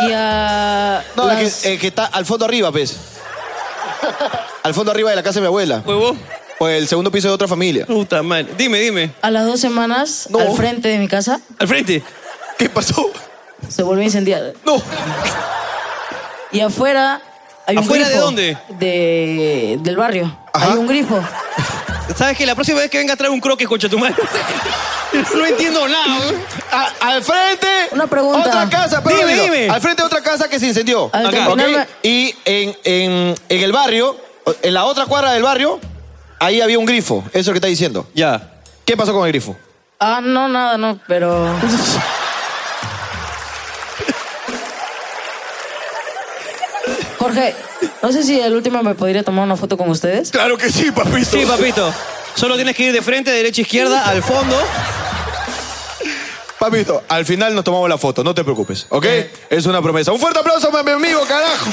S11: Y a
S1: No, el
S11: las-
S1: que, eh, el que está al fondo arriba, pues. Al fondo arriba de la casa de mi abuela.
S2: Huevo.
S1: O el segundo piso de otra familia.
S2: Puta madre. Dime, dime.
S11: A las dos semanas, al frente de mi casa,
S2: Al frente.
S1: ¿Qué pasó?
S11: se volvió a incendiar.
S1: No.
S11: Y afuera hay un
S2: ¿Afuera de
S11: grifo.
S2: dónde?
S11: De- del barrio. Hay un grifo.
S2: ¿Sabes que La próxima vez que venga trae un croque, concha tu madre. No entiendo nada. weón.
S1: A- al frente.
S11: Una pregunta.
S1: Otra casa, pero
S2: Dime,
S1: dilo.
S2: dime.
S1: Al frente de otra casa que se incendió.
S11: Al
S1: Ok.
S11: terminarme-
S1: Y en, en- en el barrio, en la otra cuadra del barrio, ahí había un grifo. Eso es lo que está diciendo.
S2: Ya.
S1: ¿Qué pasó con el grifo?
S11: Ah, no, nada, no, pero. Jorge, no sé si el último me podría tomar una foto con ustedes.
S3: Claro que sí, papito.
S2: Sí, papito. Solo tienes que ir de frente, derecha, izquierda, al fondo.
S1: Papito, al final nos tomamos la foto, no te preocupes, ¿ok? Es una promesa. Un fuerte aplauso para mi amigo, carajo.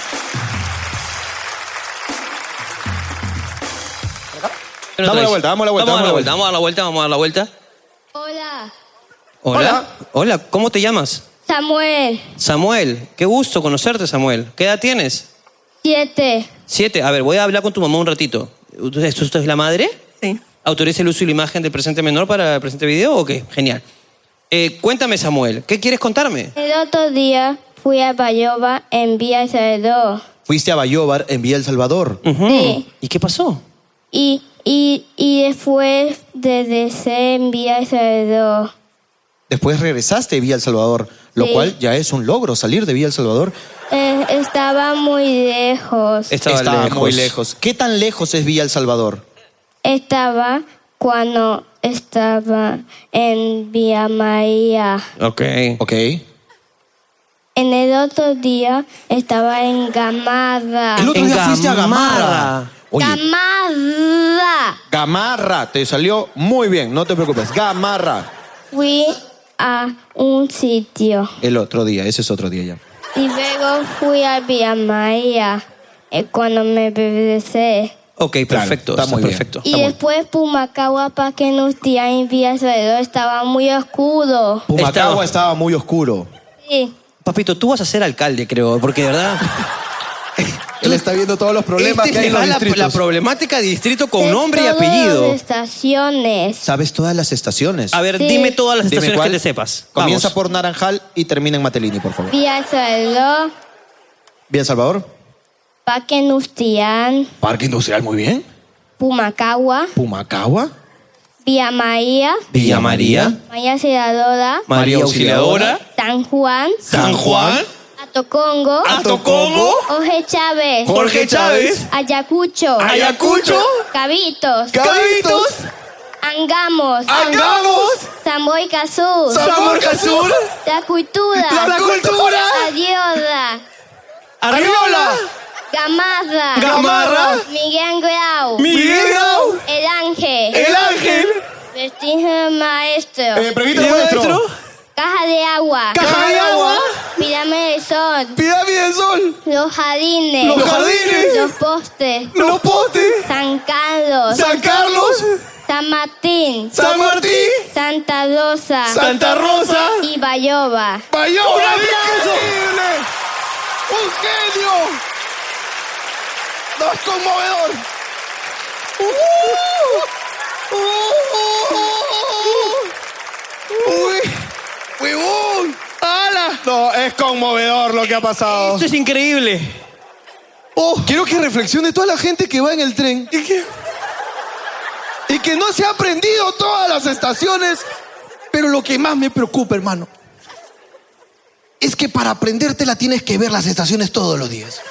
S1: Damos la vuelta, damos la vuelta,
S2: Vamos a dar
S1: damos
S2: la
S1: la
S2: vuelta, vamos a dar la vuelta, vamos a dar la vuelta.
S12: Hola,
S2: Hola. Hola, ¿cómo te llamas?
S12: Samuel,
S2: Samuel, qué gusto conocerte, Samuel. ¿Qué edad tienes?
S12: 7.
S2: Siete. A ver, voy a hablar con tu mamá un ratito. ¿Usted, usted es la madre?
S10: Sí.
S2: ¿Autoriza el uso y la imagen del presente menor para el presente video o qué? Genial. Eh, cuéntame, Samuel, ¿qué quieres contarme?
S12: El otro día fui a Bayoba en Vía El Salvador
S1: Fuiste a Bayobar en Villa El Salvador.
S12: Sí.
S2: ¿Y qué pasó?
S12: y, y, y después regresé en Vía El Salvador.
S1: Después regresaste de Villa El Salvador, lo
S12: Sí.
S1: cual ya es un logro salir de Villa El Salvador.
S12: Eh, Estaba muy lejos.
S13: Estaba, muy lejos. ¿Qué tan lejos es Villa El Salvador?
S12: Estaba cuando estaba en Vía María.
S2: Ok.
S13: Ok.
S12: En el otro día estaba en Gamada.
S13: El otro día fuiste a Gamarra. Oye,
S12: Gamada.
S13: Gamarra, te salió muy bien, no te preocupes. Gamarra.
S12: Fui a un sitio
S13: El otro día, ese es otro día ya.
S12: y luego fui a Vía María eh, cuando me bebecé.
S2: Ok, perfecto.
S13: está muy bien.
S2: perfecto.
S12: Y después Pumacagua para que nos tía en Vía alrededor estaba muy oscuro.
S13: Pumacagua estaba muy oscuro.
S12: Sí.
S2: Papito, tú vas a ser alcalde, creo, porque de verdad.
S13: Él está viendo todos los
S2: Este es la, la problemática de distrito con
S12: De
S2: nombre y
S12: todas
S2: apellido.
S12: las estaciones.
S13: Sabes todas las estaciones.
S2: A ver, Sí. dime todas las estaciones
S13: cuál.
S2: que te sepas.
S13: Comienza
S2: Vamos.
S13: por Naranjal y termina en Matelini, por favor.
S12: Vía alrededor
S13: Bien, Salvador.
S12: para que nos tían
S13: Parque Industrial, muy bien.
S12: Pumacagua,
S13: Pumacagua.
S12: Vía María,
S2: Villa María,
S12: María Sedadora,
S2: María Auxiliadora,
S12: San Juan,
S2: San Juan,
S12: Atocongo,
S2: Atocongo,
S12: Jorge Chávez,
S2: Jorge Chávez,
S12: Ayacucho,
S2: Ayacucho,
S12: Cabitos,
S2: Cabitos,
S12: Angamos,
S2: Angamos,
S12: Zamboica Sur,
S2: Zamboica Sur,
S12: La Cultura,
S2: La Cultura,
S12: Adioda,
S2: Arriola,
S12: Gamarra,
S2: Gamarra,
S12: Miguel Grau,
S2: Miguel Grau,
S12: El Ángel,
S2: El Ángel, Eh,
S12: Vestigio del Maestro,
S2: el maestro,
S12: Caja de agua.
S2: Caja de agua.
S12: Pirámide del sol.
S2: Pirámide del sol.
S12: Los jardines.
S2: Los jardines.
S12: Los postes.
S2: Los postes.
S12: San Carlos.
S2: San Carlos.
S12: San Martín.
S2: San Martín.
S12: Santa Rosa.
S2: Santa Rosa.
S12: Y Bayoba.
S1: ¡Bayona!
S2: ¡Un aplauso!
S1: ¡Increíble! ¡Un genio! ¡No es conmovedor! ¡Uh! ¡Uh! ¡Uy! ¡Huevón! ¡Hala!
S13: No, es conmovedor lo que ha pasado. Oh,
S2: Esto es increíble.
S13: Quiero que reflexione toda la gente que va en el tren. Y que, y que no se ha aprendido todas las estaciones.
S1: Pero lo que más me preocupa, hermano, es que para aprendértela tienes que ver las estaciones todos los días.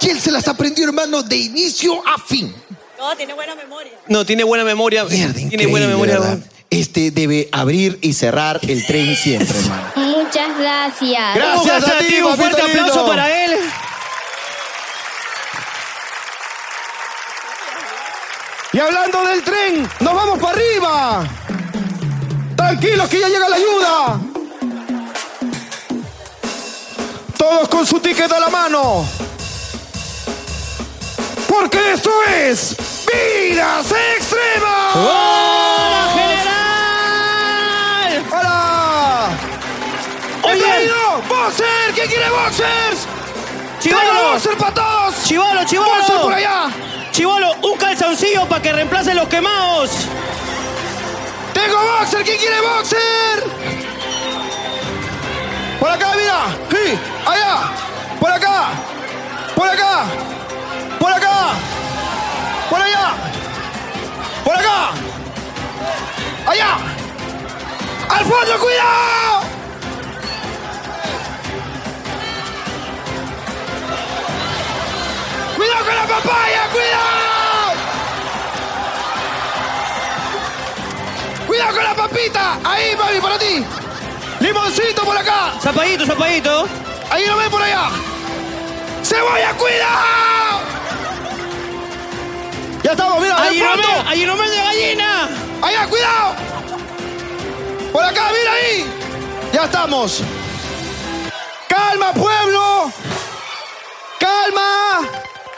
S1: ¿Quién se las aprendió, hermano, de inicio a fin?
S14: No, tiene buena memoria.
S2: No, tiene buena memoria. tiene buena
S13: Increíble,
S2: memoria.
S13: ¿verdad? Este debe abrir y cerrar el tren siempre, hermano.
S12: Muchas gracias.
S13: Gracias a ti,
S2: un fuerte
S13: papito lindo.
S2: aplauso para él.
S13: Y hablando del tren, nos vamos para arriba. Tranquilos que ya llega la ayuda. Todos con su ticket a la mano. Porque esto es Vidas Extremas. ¡Hola, general! ¡Hola!
S2: Oye.
S13: ¡Oye! ¡Boxer! ¿Quién quiere boxers?
S2: Chivolo.
S13: ¡Tengo boxer para todos!
S2: Chivolo, chivolo.
S13: ¡Boxer por allá!
S2: Chivolo, un calzoncillo para que reemplace los quemados.
S13: ¡Tengo boxer! ¿Quién quiere boxer? Por acá, mira. Sí, allá. Por acá. Por acá. Por acá. Por allá. Por acá. Allá. Al fondo, cuidado. Cuidado con la papaya, cuidado. ¡Cuidado con la papita! ¡Ahí, papi, para ti! ¡Limoncito por acá!
S2: Zapadito, zapadito.
S13: ¡Ahí lo ven por allá! ¡Cebolla, cuidado! ¡Ya estamos, mira! ¡Ahí
S2: ¡Aguinome, aguinome de gallina!
S13: ¡Allá, ah, cuidado! ¡Por acá, mira ahí! ¡Ya estamos! ¡Calma, pueblo! ¡Calma!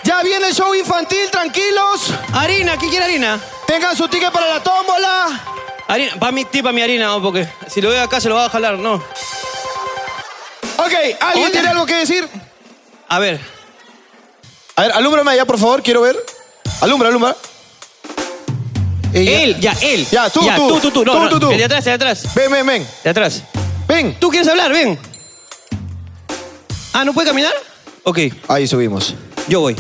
S13: Ya viene el show infantil, tranquilos.
S2: Harina, ¿quién quiere harina?
S13: Tengan su ticket para la tómbola.
S2: Harina, para mi tipa mi harina, ¿no? porque si lo veo acá se lo va a jalar, no.
S13: Ok, ¿alguien tiene algo que decir?
S2: A ver,
S13: A ver, alúmbrame allá, por favor, quiero ver. Alumbra, alumbra.
S2: él, ya, él.
S13: Ya, tú, tú.
S2: tú, tú, tú, no,
S13: Tú,
S2: no,
S13: tú, tú.
S2: El de atrás, el de atrás.
S13: Ven, ven, ven.
S2: De atrás.
S13: Ven.
S2: ¿Tú quieres hablar? Ven. Ah, ¿no puede caminar? Ok,
S13: Ahí subimos.
S2: yo voy.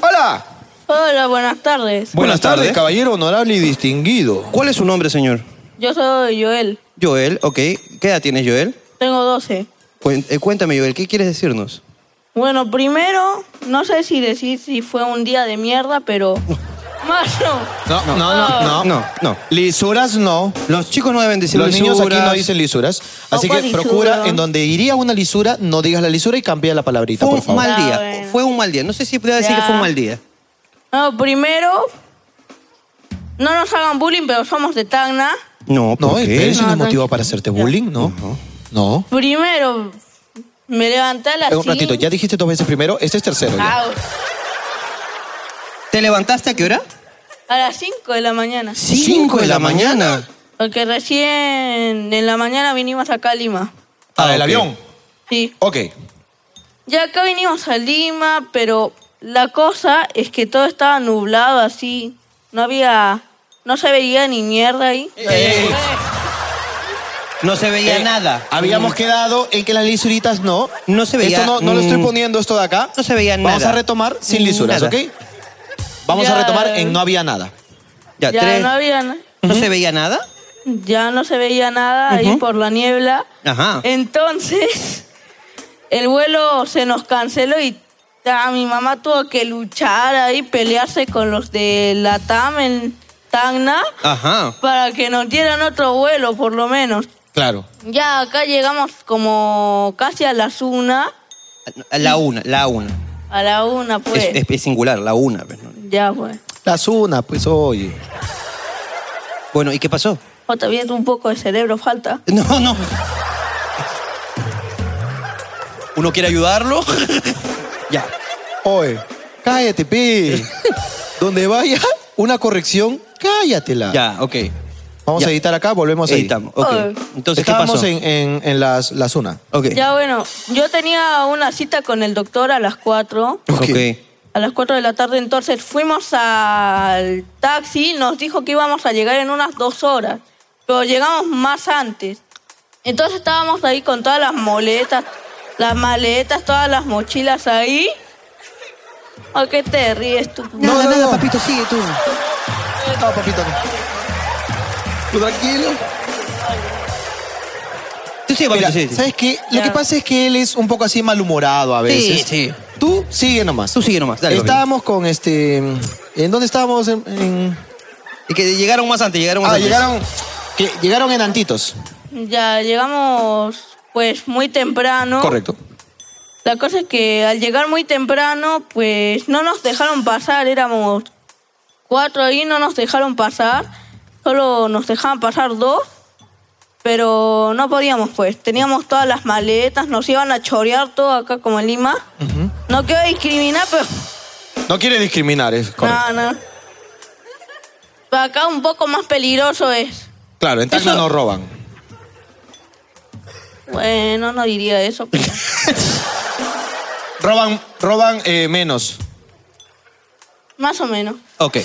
S13: ¡Hola!
S14: Hola, buenas tardes.
S13: Buenas tardes, caballero honorable y distinguido.
S2: ¿Cuál es su nombre, señor?
S14: Yo soy Joel.
S2: Joel, ok. ¿Qué edad tienes, Joel?
S14: Tengo 12.
S2: Cuen- eh, cuéntame, Joel, ¿qué quieres decirnos?
S14: Bueno, primero, no sé si decir si fue un día de mierda, pero. Mano,
S1: No, no, no, no.
S2: No, no.
S1: Lisuras no.
S2: Los chicos no deben decir
S1: Los niños aquí no
S2: lisuras.
S1: dicen lisuras. Así
S2: Agua
S1: que
S2: lisura.
S1: procura, en donde iría una lisura, no digas la lisura y cambia la palabrita, por
S2: Fue un
S1: favor.
S2: mal día. Fue un mal día. No sé si pudiera decir
S14: Ah, Ya.
S2: que fue un mal día.
S14: no, primero. No nos hagan bullying, pero somos de Tacna.
S2: No,
S1: no,
S2: ¿por qué?
S1: espera, ese no
S14: No,
S1: es motivo para hacerte bullying, ¿no? No.
S14: Primero, me levanté a las
S1: Eh, Un
S14: cinco-
S1: ratito, ya dijiste dos veces primero, este es tercero. ya.
S14: Ah,
S2: ¿Te levantaste a qué hora?
S14: a las 5 de la mañana.
S2: Cinco de la mañana.
S14: Porque recién en la mañana vinimos acá a Lima.
S2: Ah,
S1: Para el avión.
S14: Sí.
S1: Ok.
S14: Ya acá vinimos a Lima, pero la cosa es que todo estaba nublado así. No había. No se veía ni mierda ahí.
S2: No se veía nada.
S1: Eh, Habíamos
S2: Mm.
S1: quedado en que las lisuritas no.
S2: No se veía.
S1: Esto no, no lo estoy
S2: mm,
S1: poniendo esto de acá.
S2: No se veía nada.
S1: Vamos a retomar sin lisuras,
S2: Nada.
S1: ¿ok? Vamos a
S14: Ya.
S1: retomar en no había nada.
S2: Ya,
S14: ya
S2: tres.
S14: no había. na-
S2: ¿No se veía nada?
S14: Ya no se veía nada ahí por la niebla.
S2: Ajá.
S14: Entonces, el vuelo se nos canceló y ta, mi mamá tuvo que luchar ahí, pelearse con los de la TAM en Tacna
S2: Ajá.
S14: para que nos dieran otro vuelo, por lo menos.
S1: Claro.
S14: Ya acá llegamos como casi a las una,
S2: La una, la una.
S14: a la una pues.
S2: Es, es- es singular, la una. pues, ¿no?
S14: Ya pues.
S1: Las una, pues oye.
S2: Bueno, ¿y qué pasó?
S14: O también Oh, un poco de cerebro falta.
S2: No, no. ¿Uno quiere ayudarlo? ya.
S1: Oye, cállate, pe. Donde vaya una corrección, cállatela.
S2: Ya, ok.
S1: Vamos
S2: Ya.
S1: a editar acá, volvemos a
S2: Editamos, ok.
S14: Oye.
S2: Entonces, ¿qué
S1: Estábamos
S2: pasó?
S1: en, en- en las, las una.
S2: Ok.
S14: Ya bueno, yo tenía una cita con el doctor a las cuatro.
S2: Ok.
S14: A las 4 de la tarde entonces fuimos al taxi, nos dijo que íbamos a llegar en unas dos horas, pero llegamos más antes. Entonces estábamos ahí con todas las moletas, las maletas, todas las mochilas ahí. ¿A qué te ríes tú?
S2: Nada, nada, papito, sigue tú.
S1: No, papito. Pues Tranquilo.
S2: Tú sigue, papito, sigue.
S1: ¿Sabes qué? Lo
S14: Ya.
S1: que pasa es que él es un poco así malhumorado a veces.
S2: Sí, sí.
S1: Tú sigue nomás.
S2: Tú sigue nomás, dale. papito.
S1: estábamos con este. ¿En dónde estábamos? En- en...
S2: Y que llegaron más antes, llegaron más
S1: Ah,
S2: antes.
S1: llegaron, que llegaron en Antitos.
S14: Ya llegamos pues muy temprano.
S1: Correcto.
S14: La cosa es que al llegar muy temprano, pues no nos dejaron pasar, éramos cuatro ahí, no nos dejaron pasar, solo nos dejaban pasar dos, pero no podíamos pues, teníamos todas las maletas, nos iban a chorear todo acá como en Lima. No quiero discriminar, pero...
S1: No quiere discriminar, es correcto.
S14: No, no. Pero acá un poco más peligroso es.
S1: Claro, en Tacna
S14: Eso-
S1: no roban.
S14: Bueno, no diría eso. pero-
S1: Roban, roban eh, menos.
S14: más o menos.
S2: Ok.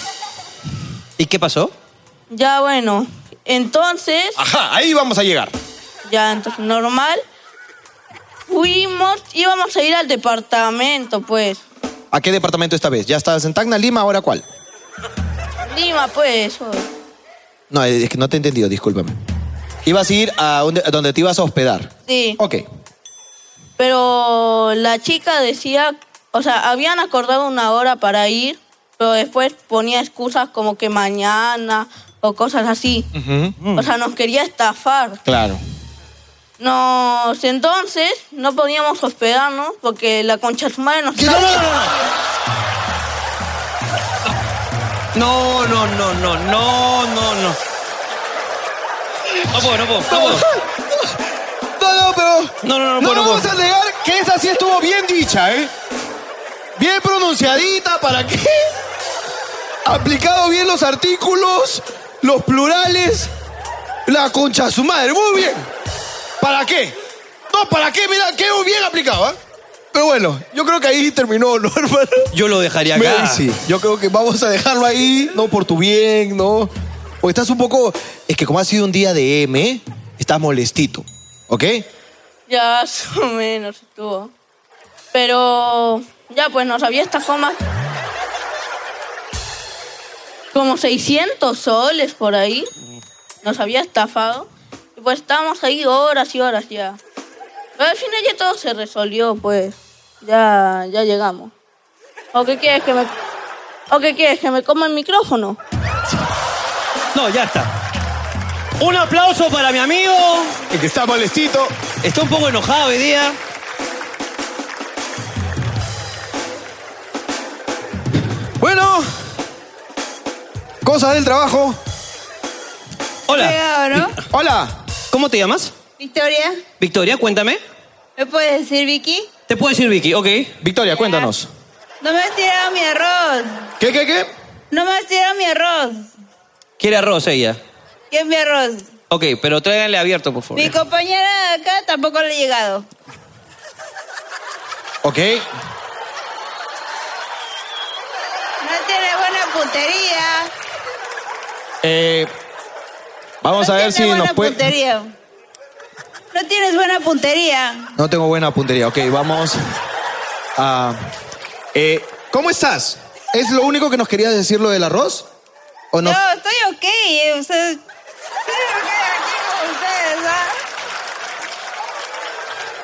S2: ¿Y qué pasó?
S14: Ya bueno, entonces...
S1: Ajá, ahí vamos a llegar.
S14: Ya, entonces normal. Fuimos, íbamos a ir al departamento, pues.
S1: ¿A qué departamento esta vez? ¿Ya estás en Tacna, Lima, ahora cuál?
S14: Lima, pues. o-
S1: No, es que no te he entendido, discúlpame. Ibas a ir a, un de- a donde te ibas a hospedar.
S14: Sí.
S1: Ok.
S14: Pero la chica decía, o sea, habían acordado una hora para ir, pero después ponía excusas como que mañana o cosas así.
S1: Mm.
S14: O sea, nos quería estafar.
S1: Claro.
S14: Nos, entonces, no podíamos hospedarnos porque la concha de su madre nos...
S1: No, no, no, no.
S2: No, no, no, no, no, no, no.
S9: No puedo, no puedo, no puedo.
S1: No, no, pero.
S2: No, no,
S1: No
S2: no, no, no,
S1: vamos a negar que esa sí estuvo bien dicha, ¿eh? Bien pronunciadita, ¿para qué? Aplicado bien los artículos, los plurales, la concha de su madre, muy bien. ¿Para qué? No, ¿para qué? Mira, quedó bien aplicado,
S13: ¿eh?
S1: ¿ah? Pero bueno, yo creo que ahí terminó, ¿no, hermano?
S2: Yo lo dejaría
S1: Me-
S2: acá.
S1: sí, yo creo que vamos a dejarlo ahí, no por tu bien, ¿no? Porque estás un poco. Es que como ha sido un día de M, ¿eh? estás molestito, ¿ok?
S14: Ya, más o menos estuvo. Pero ya, pues nos había estafado más. Como 600 soles por ahí. Nos había estafado. Y pues estábamos ahí horas y horas ya.
S9: Pero al final ya todo se resolvió, pues. Ya, ya llegamos. ¿O qué quieres que me... ¿O qué quieres que me coma el micrófono?
S2: No, ya está. Un aplauso para mi amigo. El que está molestito. Está un poco enojado hoy día.
S13: Bueno, cosas del trabajo.
S2: Hola.
S9: ¿no?
S2: Hola. ¿Cómo te llamas?
S9: Victoria,
S2: Victoria, cuéntame.
S9: ¿me puedes decir, Vicky?
S2: Te puedo decir Vicky, ok. Victoria, cuéntanos.
S9: No me has tirado mi arroz.
S2: ¿Qué, qué, qué?
S9: No me has tirado mi arroz.
S2: Quiere arroz ella.
S9: ¿Qué es mi arroz?
S2: Ok, pero tráiganle abierto, por favor.
S9: Mi compañera de acá tampoco le ha llegado.
S1: Ok.
S9: No tiene buena puntería.
S1: eh, vamos a ver si
S9: Buena
S1: nos puede...
S9: puntería. No tienes buena puntería.
S1: No tengo buena puntería. Ok, vamos a... eh, ¿Cómo estás? ¿Es lo único que nos querías decir lo del arroz? ¿O no?
S9: No, estoy ok. eh, o sea, estoy ok aquí con ustedes, ¿ah?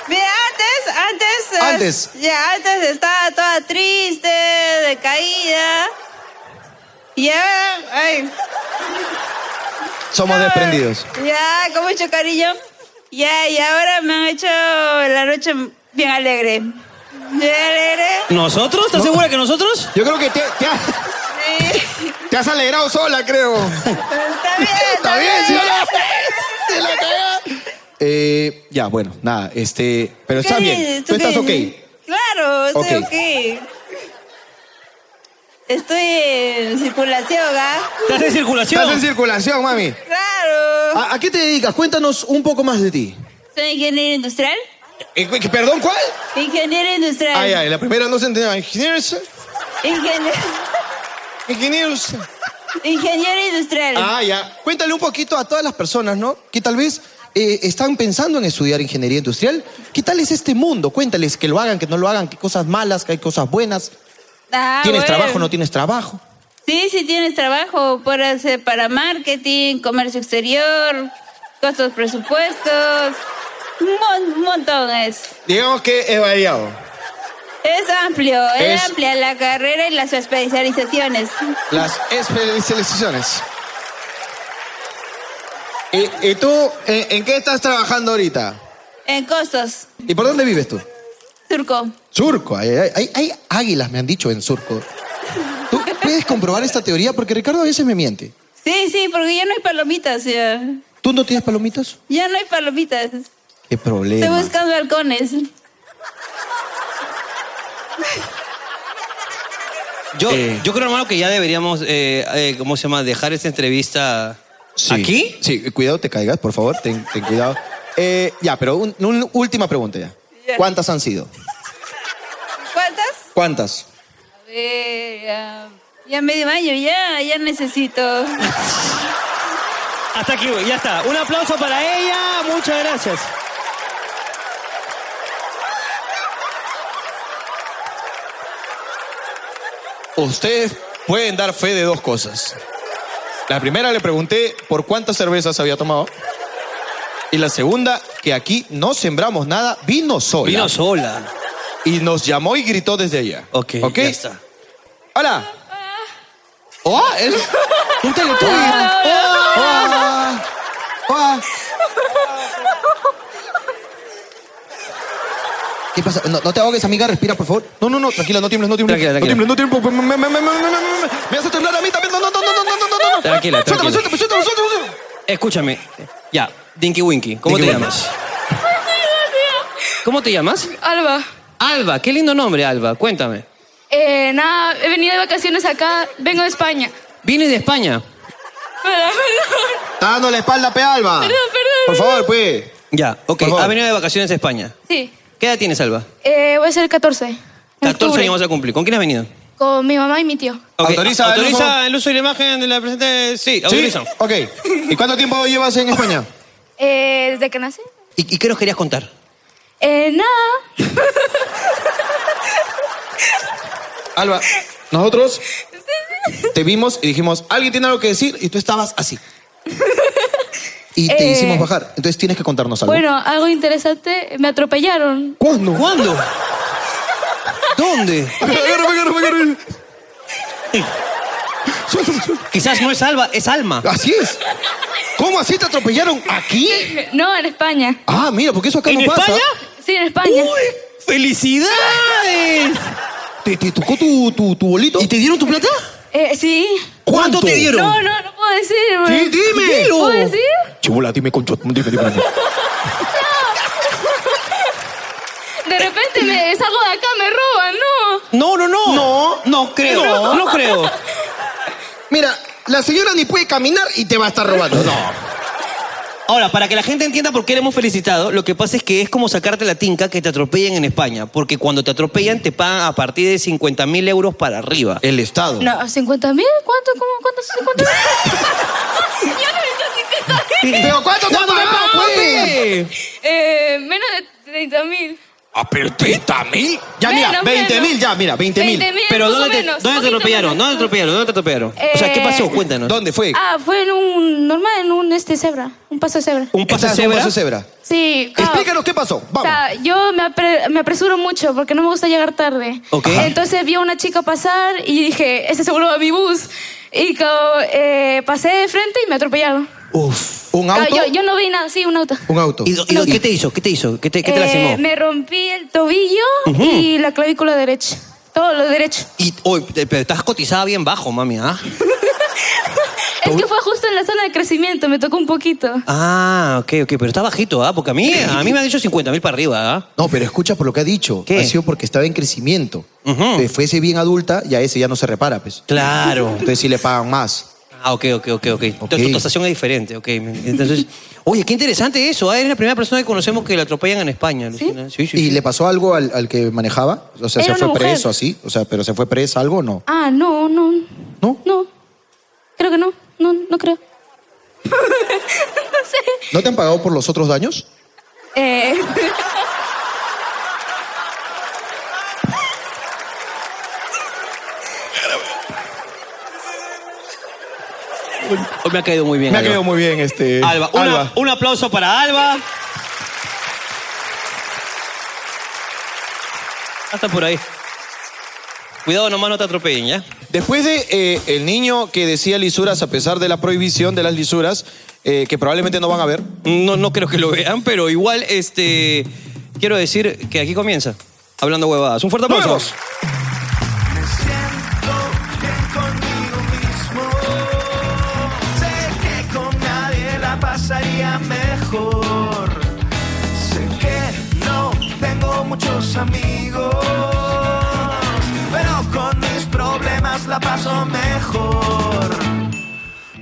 S9: Mira, antes, antes. eh,
S1: Antes.
S9: Ya, antes estaba toda triste, decaída. Ya, ay.
S1: Somos desprendidos.
S9: Ya, con mucho cariño. Ya, y ahora me han hecho la noche bien alegre. Bien alegre.
S2: ¿Nosotros? ¿Estás segura que nosotros?
S1: Yo creo que te, te ha- te has alegrado sola, creo.
S9: Está bien, está
S1: bien, señora.
S9: Se la
S1: Eh, ya, bueno, nada, este... Pero está
S9: ¿Qué
S1: bien,
S9: dices?
S1: tú
S9: ¿Tú
S1: estás ok.
S9: qué dices? Claro, estoy
S1: Ok.
S9: ok. Estoy en circulación, ¿ah?
S1: Estás en circulación, mami.
S9: Claro.
S1: ¿A, a qué te dedicas? Cuéntanos un poco más de ti.
S9: Soy ingeniero industrial.
S1: Eh, cu- ¿Perdón, cuál?
S9: Ingeniero industrial.
S1: Ay, ay, la primera no se entendía. Ingeniero...
S9: Ingeniero.
S1: Ingeniero.
S9: Ingeniero industrial.
S1: Ah, ya. Cuéntale un poquito a todas las personas, ¿no? Que tal vez eh, están pensando en estudiar ingeniería industrial. ¿Qué tal es este mundo? Cuéntales que lo hagan, que no lo hagan, que hay cosas malas, que hay cosas buenas.
S9: Ah,
S1: ¿Tienes
S9: bueno.
S1: trabajo, no tienes trabajo?
S9: Sí, sí tienes trabajo por hacer para marketing, comercio exterior, costos presupuestos, un mon- montón es.
S1: Digamos que es variado.
S9: Es amplio, es,
S1: Es-
S9: amplia la carrera y las especializaciones.
S1: Las especializaciones. ¿Y, y tú eh, en qué estás trabajando ahorita?
S9: En costos,
S1: ¿Y por dónde vives tú?
S9: turco.
S1: Surco, ay, ay, ay, hay, águilas, me han dicho en surco. ¿Tú puedes comprobar esta teoría? Porque Ricardo a veces me miente.
S9: Sí, sí, porque ya no hay palomitas, ya.
S1: ¿Tú no tienes palomitas?
S9: Ya no hay palomitas.
S1: Qué
S9: Estoy
S1: problema.
S9: buscando balcones.
S2: Yo, yo creo, hermano, que ya deberíamos, eh, eh, ¿cómo se llama? Dejar esta entrevista aquí.
S1: Sí, cuidado, te caigas, por favor, ten, ten cuidado. Eh, ya, pero un- un- última pregunta ya.
S9: Ya.
S1: ¿Cuántas han sido?
S9: ¿Cuántas?
S1: ¿Cuántas?
S9: A ver, ah, ya, ya medio año, ya, ya necesito.
S2: Hasta aquí, güey, ya está. Un aplauso para ella. Muchas gracias.
S1: Ustedes pueden dar fe de dos cosas. La primera le pregunté por cuántas cervezas había tomado. Y la segunda, que aquí no sembramos nada, vino sola.
S2: Vino sola.
S1: Y nos llamó y gritó desde allá.
S2: Ok, ya está.
S1: Hola. ¡Oh! Es... ¡Un teletubby! ¡Oh! ¡Oh! ¿Qué pasa? No, no te ahogues, amiga, respira, por favor. No, no, no, tranquila, no tiembles, no tiembles. No tiembles, no tiembles. Me, me, me, me, me, me, me. Me hace temblar a mí también. No, no, no, no, no, no, no, no, no.
S2: Tranquila,
S1: Suéltame,
S2: tranquila.
S1: suéltame, suéltame, suéltame, suéltame.
S2: Escúchame. Ya, Dinky Winky, ¿cómo te llamas? ¿Cómo te llamas?
S15: Alba,
S2: Alba, qué lindo nombre, Alba. Cuéntame.
S15: eh, nada, he venido de vacaciones acá, vengo de España.
S2: ¿Vienes de España?
S15: Perdón, perdón,
S1: Está dando la espalda, pe, Alba.
S15: perdón, perdón.
S1: Por favor, pues.
S2: Ya, ok. Ha venido de vacaciones a España.
S15: Sí,
S2: ¿Qué edad tienes, Alba?
S15: eh, voy a ser 14,
S2: 14 años vas a cumplir. ¿Con quién has venido?
S15: con mi mamá y mi tío.
S2: Ok,
S1: Autoriza el uso.
S2: autoriza el uso de la imagen de la presente. Sí, autoriza.
S1: Ok. ¿Y cuánto tiempo llevas en España?
S15: Eh, ¿Desde que nací?
S2: ¿Y, y qué nos querías contar?
S15: Eh, nada,
S1: Alba, nosotros Eh. te vimos y dijimos, alguien tiene algo que decir y tú estabas así. Y te
S15: Eh,
S1: hicimos bajar. Entonces tienes que contarnos algo.
S15: Bueno, algo interesante, me atropellaron.
S1: ¿Cuándo?
S2: ¿Cuándo? ¿Dónde? Quizás no es Alba, es Alma.
S1: Así es. ¿Cómo así te atropellaron? ¿Aquí?
S15: No, en España.
S1: Ah, mira, porque eso acá
S15: ¿En
S1: no pasa.
S15: España? Sí, en España.
S2: ¡Felicidades!
S1: ¿Te, te tocó tu, tu, tu bolito? ¿Y
S2: te dieron tu plata?
S15: Eh, sí.
S1: ¿Cuánto te dieron?
S15: No, no, no puedo decir.
S1: Sí, dime. Dilo.
S15: ¿Puedo decir?
S1: Chibola, dime concho, dime, dime. dime.
S15: De repente me salgo de acá, me roban, no.
S2: No, no, no.
S3: No,
S2: no creo, no, no creo.
S3: Mira, la señora ni puede caminar y te va a estar robando. No.
S2: Ahora, para que la gente entienda por qué le hemos felicitado, lo que pasa es que es como sacarte la tinca que te atropellan en España, porque cuando te atropellan te pagan a partir de 50 mil euros para arriba.
S1: El Estado.
S15: No, ¿50 mil? ¿Cuánto? ¿Cómo? ¿Cuánto? ¿50 mil? Yo no he visto 50 mil.
S3: ¿Pero cuánto te
S15: ¿Cuánto
S3: pagado,
S15: pagado,
S3: pues?
S15: Eh, menos de 30 mil.
S1: Ah, pero 30 mil.
S15: Ya, mira, Menos, 20.000 menos. ya, mira, 20.000. 20.000,
S2: Pero
S15: poco
S2: ¿dónde te,
S15: menos,
S2: ¿dónde te
S15: poquito
S2: atropellaron?
S15: menos.
S2: ¿Dónde te atropellaron? ¿Dónde te atropellaron? O sea, ¿qué
S15: Eh,
S2: pasó? Cuéntanos.
S1: ¿Dónde fue?
S15: Ah, fue en un normal, en un este cebra, un paso de cebra.
S2: ¿Un paso
S1: Estás en un
S2: cebra?
S1: paso cebra.
S15: Sí, claro.
S1: Explícanos qué pasó.
S15: O sea, yo me, apre- me apresuro mucho porque no me gusta llegar tarde.
S1: Ok. Ajá.
S15: Entonces vi a una chica pasar y dije, ese seguro va a mi bus. Y como, eh, pasé de frente y me atropellaron.
S1: Uf. ¿Un
S15: Claro,
S1: auto?
S15: Yo, yo no vi nada, sí, un auto.
S1: Un auto.
S2: ¿Y, y- qué te hizo? ¿Qué te hizo? ¿Qué te, qué te
S15: Eh,
S2: lastimó?
S15: me rompí el tobillo
S2: Ujú.
S15: y la clavícula derecha. Todo lo derecho.
S2: Y, oye, te- pero estás cotizada bien bajo, mami, ¿ah?
S15: Es que fue justo en la zona de crecimiento, me tocó un poquito.
S2: Ah, ok, ok, pero está bajito, ¿ah? Porque a mí, a mí me han dicho 50 mil para arriba, ¿ah?
S1: No, pero escucha por lo que ha dicho. Ha sido porque estaba en crecimiento. Entonces, fuese bien adulta, ya ese ya no se repara, pues.
S2: Claro.
S1: Entonces sí le pagan más.
S2: Ah, ok, ok, ok, ok. Entonces tu tasación es diferente, ok. Entonces, oye, qué interesante eso, ¿ah? Eres la primera persona que conocemos que la atropellan en España. alucina. Sí, sí,
S1: ¿Y
S2: sí.
S1: le pasó algo al, al que manejaba? O sea, ¿se
S15: Era
S1: fue
S15: una mujer.
S1: preso así? O sea, ¿pero se fue preso algo o no?
S15: Ah, no, no. ¿No? No. Creo que no. No, no creo. no sé.
S1: ¿No te han pagado por los otros daños?
S15: Eh,
S2: Hoy me ha caído muy bien.
S5: Me ha
S2: Alba.
S5: quedado muy bien este.
S2: Alba, una-
S5: Alba.
S2: un aplauso para Alba. Hasta Ah, por ahí. Cuidado, nomás no te atropellen, ¿ya?
S1: Después de eh, el niño que decía lisuras a pesar de la prohibición de las lisuras, eh, que probablemente no van a ver.
S2: No, no creo que lo vean, pero igual, este. Quiero decir que aquí comienza. Hablando huevadas. Un fuerte aplauso.
S13: Me siento bien conmigo mismo. Sé que con nadie la pasaría mejor. Sé que no tengo muchos amigos. Pero con mis problemas la paso mejor.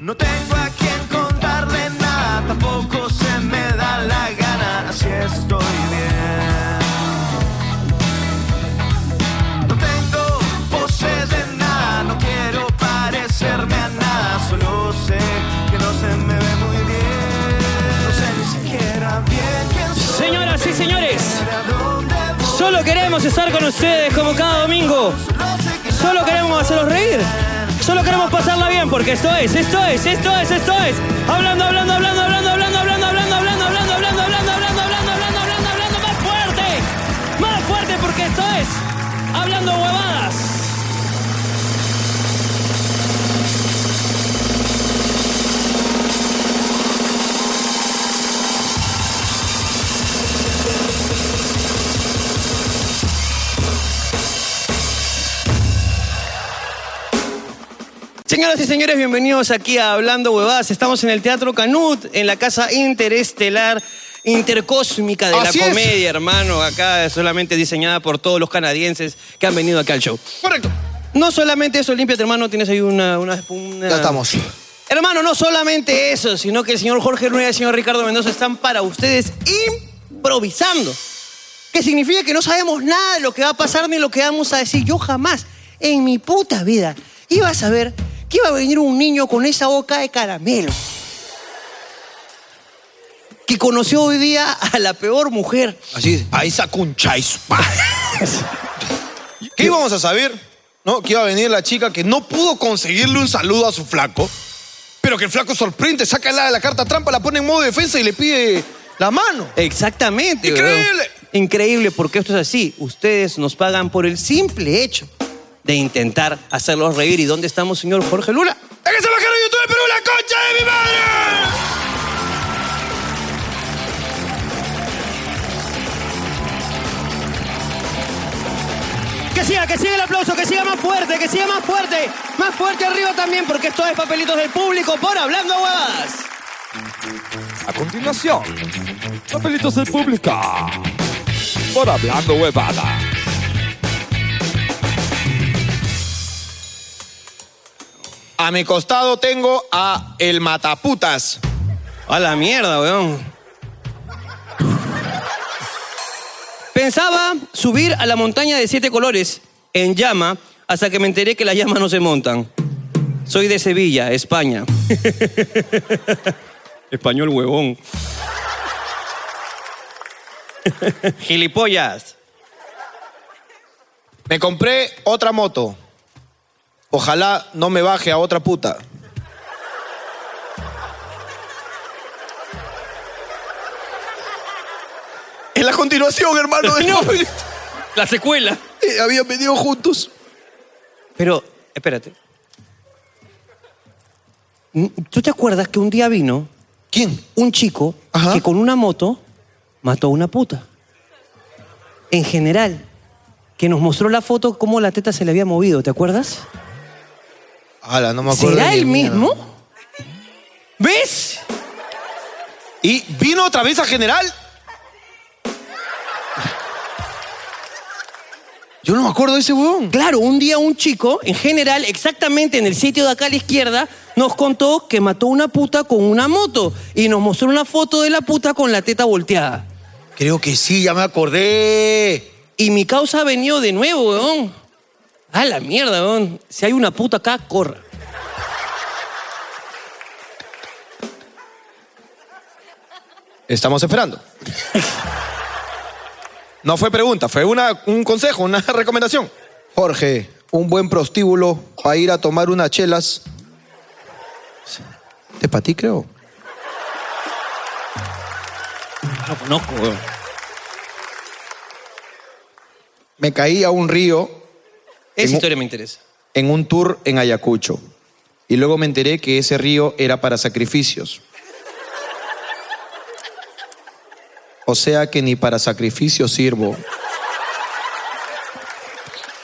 S13: No tengo a quien contarle nada, tampoco se me da la gana si estoy bien. No tengo poses de nada, no quiero parecerme a nada, solo sé que no se me ve muy bien. No sé ni siquiera bien quién soy.
S2: Señoras y señores,
S13: ¿A dónde
S2: Solo queremos estar con ustedes como cada domingo. Solo queremos hacerlos reír. Solo queremos pasarla bien porque esto es, esto es, esto es, esto es. Hablando, hablando, hablando, hablando, hablando, hablando, hablando, hablando, hablando, hablando, hablando, hablando, hablando, hablando, hablando, hablando más fuerte. Más fuerte porque esto es Hablando Huevadas. Señoras y señores, bienvenidos aquí a Hablando Huevadas. Estamos en el Teatro Canut, en la casa interestelar, intercósmica de
S1: Así
S2: la
S1: es.
S2: comedia, hermano. Acá solamente diseñada por todos los canadienses que han venido acá al show. Correcto. No solamente eso, límpiate, hermano, tienes ahí una... una, una-
S1: Ya estamos.
S2: Hermano, no solamente eso, sino que el señor Jorge Rueda y el señor Ricardo Mendoza están para ustedes improvisando. Que significa que no sabemos nada de lo que va a pasar ni lo que vamos a decir. Yo jamás, en mi puta vida, iba a saber que iba a venir un niño con esa boca de caramelo. Que conoció hoy día a la peor mujer.
S1: Así es. Ahí sacó un chais. ¿Qué íbamos a saber? ¿No? Que iba a venir la chica que no pudo conseguirle un saludo a su flaco, Pero que el flaco sorprende, saca la, la carta trampa, la pone en modo defensa y le pide la mano.
S2: Exactamente. weón.
S1: Increíble.
S2: Increíble porque esto es así. Ustedes nos pagan por el simple hecho de intentar hacerlos reír. ¿Y dónde estamos, señor Jorge Lula?
S13: ¡Es que se bajaron YouTube de Perú la concha de mi madre!
S16: Que siga, que siga el aplauso, que siga más fuerte, que siga más fuerte. Más fuerte arriba también, porque esto es papelitos del público por hablando huevadas.
S17: A continuación, papelitos del público. Por hablando huevada.
S1: A mi costado tengo a el mataputas.
S2: A la mierda, weón. Pensaba subir a la montaña de siete colores en llama hasta que me enteré que las llamas no se montan. Soy de Sevilla, España. Español huevón. Gilipollas.
S1: Me compré otra moto. Ojalá no me baje a otra puta. Es la continuación, hermano. De Eh,
S2: La secuela.
S1: habían venido juntos.
S2: Pero, espérate. ¿Tú te acuerdas que un día vino?
S1: ¿Quién?
S2: Un chico que con una moto mató a una puta. En general, que nos mostró la foto cómo la teta se le había movido, ¿te acuerdas?
S1: Ala, no me acuerdo.
S2: ¿Será
S1: ni
S2: el
S1: mierda.
S2: mismo? ¿Ves?
S1: ¿Y vino otra vez a general?
S2: Yo no me acuerdo de ese huevón. Claro, un día un chico, en general, exactamente en el sitio de acá a la izquierda, nos contó que mató una puta con una moto y nos mostró una foto de la puta con la teta volteada.
S1: Creo que sí, ya me acordé.
S2: Y mi causa ha venido de nuevo, weón. A la mierda, weón. Si hay una puta acá, corra.
S1: Estamos esperando. No fue pregunta, fue una- un consejo, una recomendación. Jorge, un buen prostíbulo para ir a tomar unas chelas. De para ti, creo.
S2: No conozco, weón.
S1: Me caí a un río
S2: Esa
S1: En-
S2: historia me interesa.
S1: en un tour en Ayacucho. Y luego me enteré que ese río era para sacrificios. O sea que ni para sacrificios sirvo.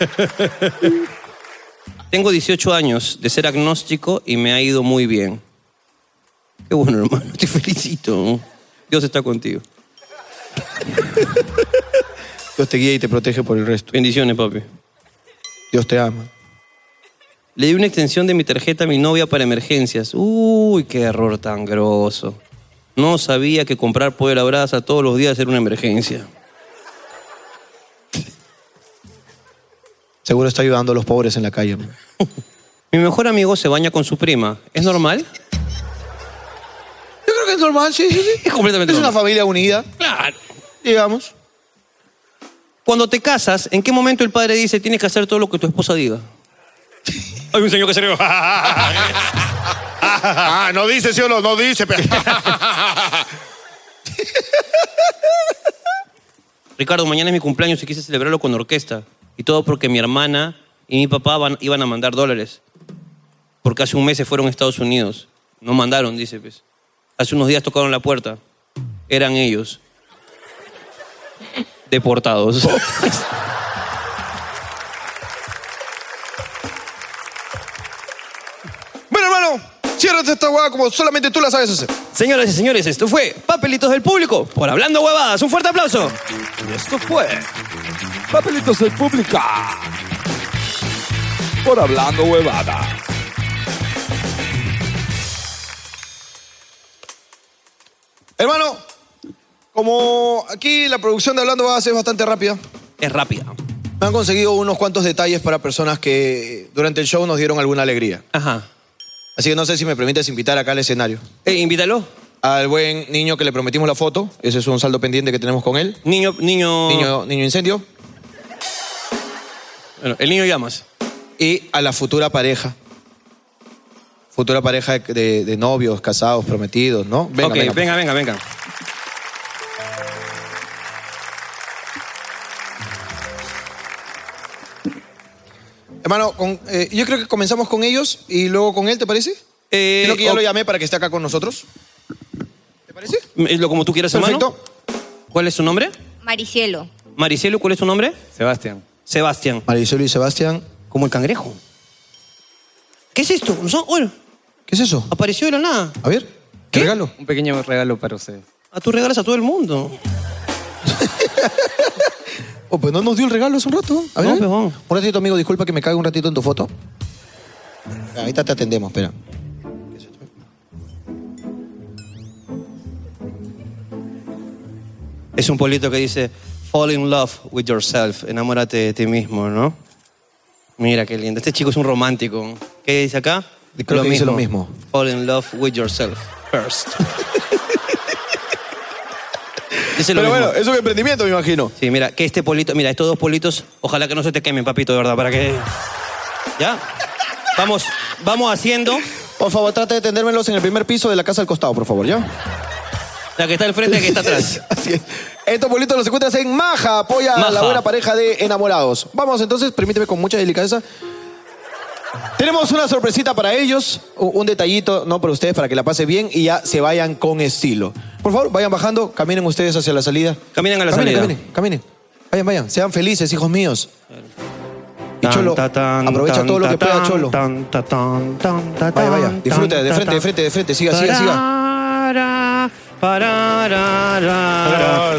S2: Tengo 18 años de ser agnóstico y me ha ido muy bien. Qué bueno, hermano. Te felicito. Dios está contigo.
S1: Dios te guía y te protege por el resto.
S2: Bendiciones, papi.
S1: Dios te ama.
S2: Le di una extensión de mi tarjeta a mi novia para emergencias. Uy, qué error tan grosso. No sabía que comprar poder a brasa todos los días era una emergencia.
S1: Seguro está ayudando a los pobres en la calle. ¿no?
S2: Mi mejor amigo se baña con su prima. ¿Es normal?
S1: Yo creo que es normal, sí, sí, sí.
S2: Es completamente
S1: Es una familia unida.
S2: Claro.
S1: Digamos.
S2: Cuando te casas, ¿en qué momento el padre dice tienes que hacer todo lo que tu esposa diga? Hay un señor que se rió.
S13: Ah, no dice, sí o no, no dice. pero-
S2: Ricardo, mañana es mi cumpleaños y quise celebrarlo con orquesta. Y todo porque mi hermana y mi papá van- iban a mandar dólares. Porque hace un mes se fueron a Estados Unidos. No mandaron, dice. pues. Hace unos días tocaron la puerta. Eran ellos. Deportados.
S1: Bueno, hermano, ciérrate esta hueá como solamente tú la sabes hacer.
S2: Señoras y señores, esto fue Papelitos del Público por Hablando Huevadas. Un fuerte aplauso.
S17: Y esto fue Papelitos del Público. Por hablando huevada.
S1: Hermano, como aquí la producción de Hablando va a ser bastante rápida,
S2: Es rápida.
S1: me han conseguido unos cuantos detalles para personas que durante el show nos dieron alguna alegría.
S2: Ajá.
S1: Así que no sé si me permites invitar acá al escenario.
S2: Eh, invítalo.
S1: Al buen niño que le prometimos la foto. Ese es un saldo pendiente que tenemos con él.
S2: Niño, niño.
S1: Niño, niño incendio.
S2: Bueno, el niño llamas.
S1: Y a la futura pareja Futura pareja de, de novios, casados, prometidos, ¿no? Venga,
S2: ok,
S1: venga.
S2: venga, venga, venga.
S1: Hermano, con- eh, yo creo que comenzamos con ellos y luego con él, ¿te parece?
S2: Eh,
S1: creo que ya lo llamé para que esté acá con nosotros.
S2: Es lo como tú quieras, hermano. ¿Cuál es su nombre?
S8: Maricielo.
S2: Maricelo, ¿cuál es su nombre?
S9: Sebastián.
S2: Sebastián.
S1: Maricelo y Sebastián.
S2: Como el cangrejo. ¿Qué es esto? No son- oye,
S1: ¿Qué es eso?
S2: Apareció de la nada.
S1: A ver, ¿qué regalo?
S9: Un pequeño regalo para ustedes.
S2: A tú regalas a todo el mundo.
S1: Oh, pues no nos dio el regalo hace un rato. A ver,
S2: No,
S1: a ver. un ratito, amigo, disculpa que me cague un ratito en tu foto. Ahorita te atendemos, espera.
S2: Es un polito que dice, fall in love with yourself, enamórate de ti mismo, ¿no? Mira qué lindo. Este chico es un romántico. ¿Qué dice acá?
S1: Creo que dice lo mismo.
S2: Fall in love with yourself first. dice lo
S1: Pero
S2: mismo.
S1: bueno, es un emprendimiento, me imagino.
S2: Sí, mira, que este polito, mira, estos dos politos, ojalá que no se te quemen, papito, de verdad, para que... ¿Ya? Vamos, vamos haciendo.
S1: Por favor, trata de tendérmelos en el primer piso de la casa al costado, por favor, ¿ya?
S2: La que está al frente, la que está atrás.
S1: Así es. Estos bolitos los encuentras en Maja, apoya a la
S2: Maja.
S1: buena pareja de enamorados. Vamos entonces, permíteme con mucha delicadeza. Tenemos una sorpresita para ellos, u- un detallito, ¿no? Para ustedes, para que la pase bien y ya se vayan con estilo. Por favor, vayan bajando, caminen ustedes hacia la salida.
S2: Caminen a la
S1: Caminen,
S2: salida.
S1: Caminen, caminen. Vayan, vayan. Sean felices, hijos míos. Y
S2: Tan,
S1: Cholo,
S2: ta, tan,
S1: aprovecha
S2: tan,
S1: todo lo
S2: ta,
S1: que pueda,
S2: tan,
S1: Cholo.
S2: tan, ta, tan, tan, ta,
S1: Vaya, vaya.
S2: tan,
S1: Disfruta,
S2: tan,
S1: de
S2: ta,
S1: frente, de
S2: tan.
S1: frente, de frente. Siga, siga, siga.
S2: Parará, parará,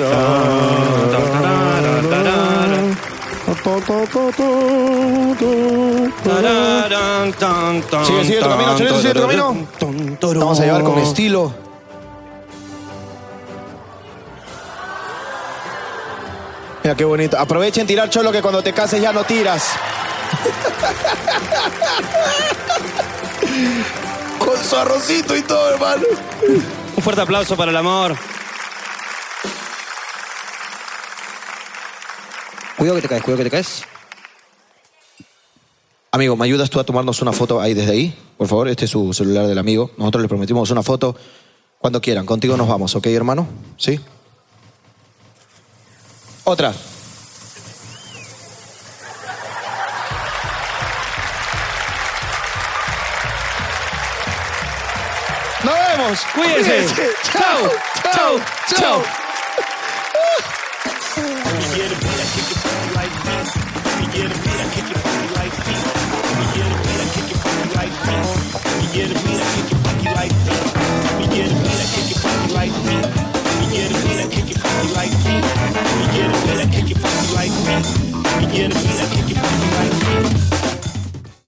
S2: tararán, tan, tan,
S1: Sigue, sigue tu
S2: tan,
S1: camino, Chorizo, sigue tu camino.
S2: tararán.
S1: Vamos a llevar con estilo. Mira qué bonito. Aprovechen tirar cholo que cuando te cases ya no tiras. Con su arrocito y todo, hermano.
S2: Un fuerte aplauso para el amor. Cuidado que te caes, cuidado que te caes.
S1: Amigo, ¿me ayudas tú a tomarnos una foto ahí desde ahí? Por favor, este es su celular del amigo. Nosotros le prometimos una foto cuando quieran. Contigo nos vamos, ¿ok, hermano? ¿Sí? Otra. Nos vemos.
S2: Cuídense.
S1: Chao, chao, chao.
S13: Like me. You get a beat, I kick it funky like me. You get a beat, I kick it funky like me.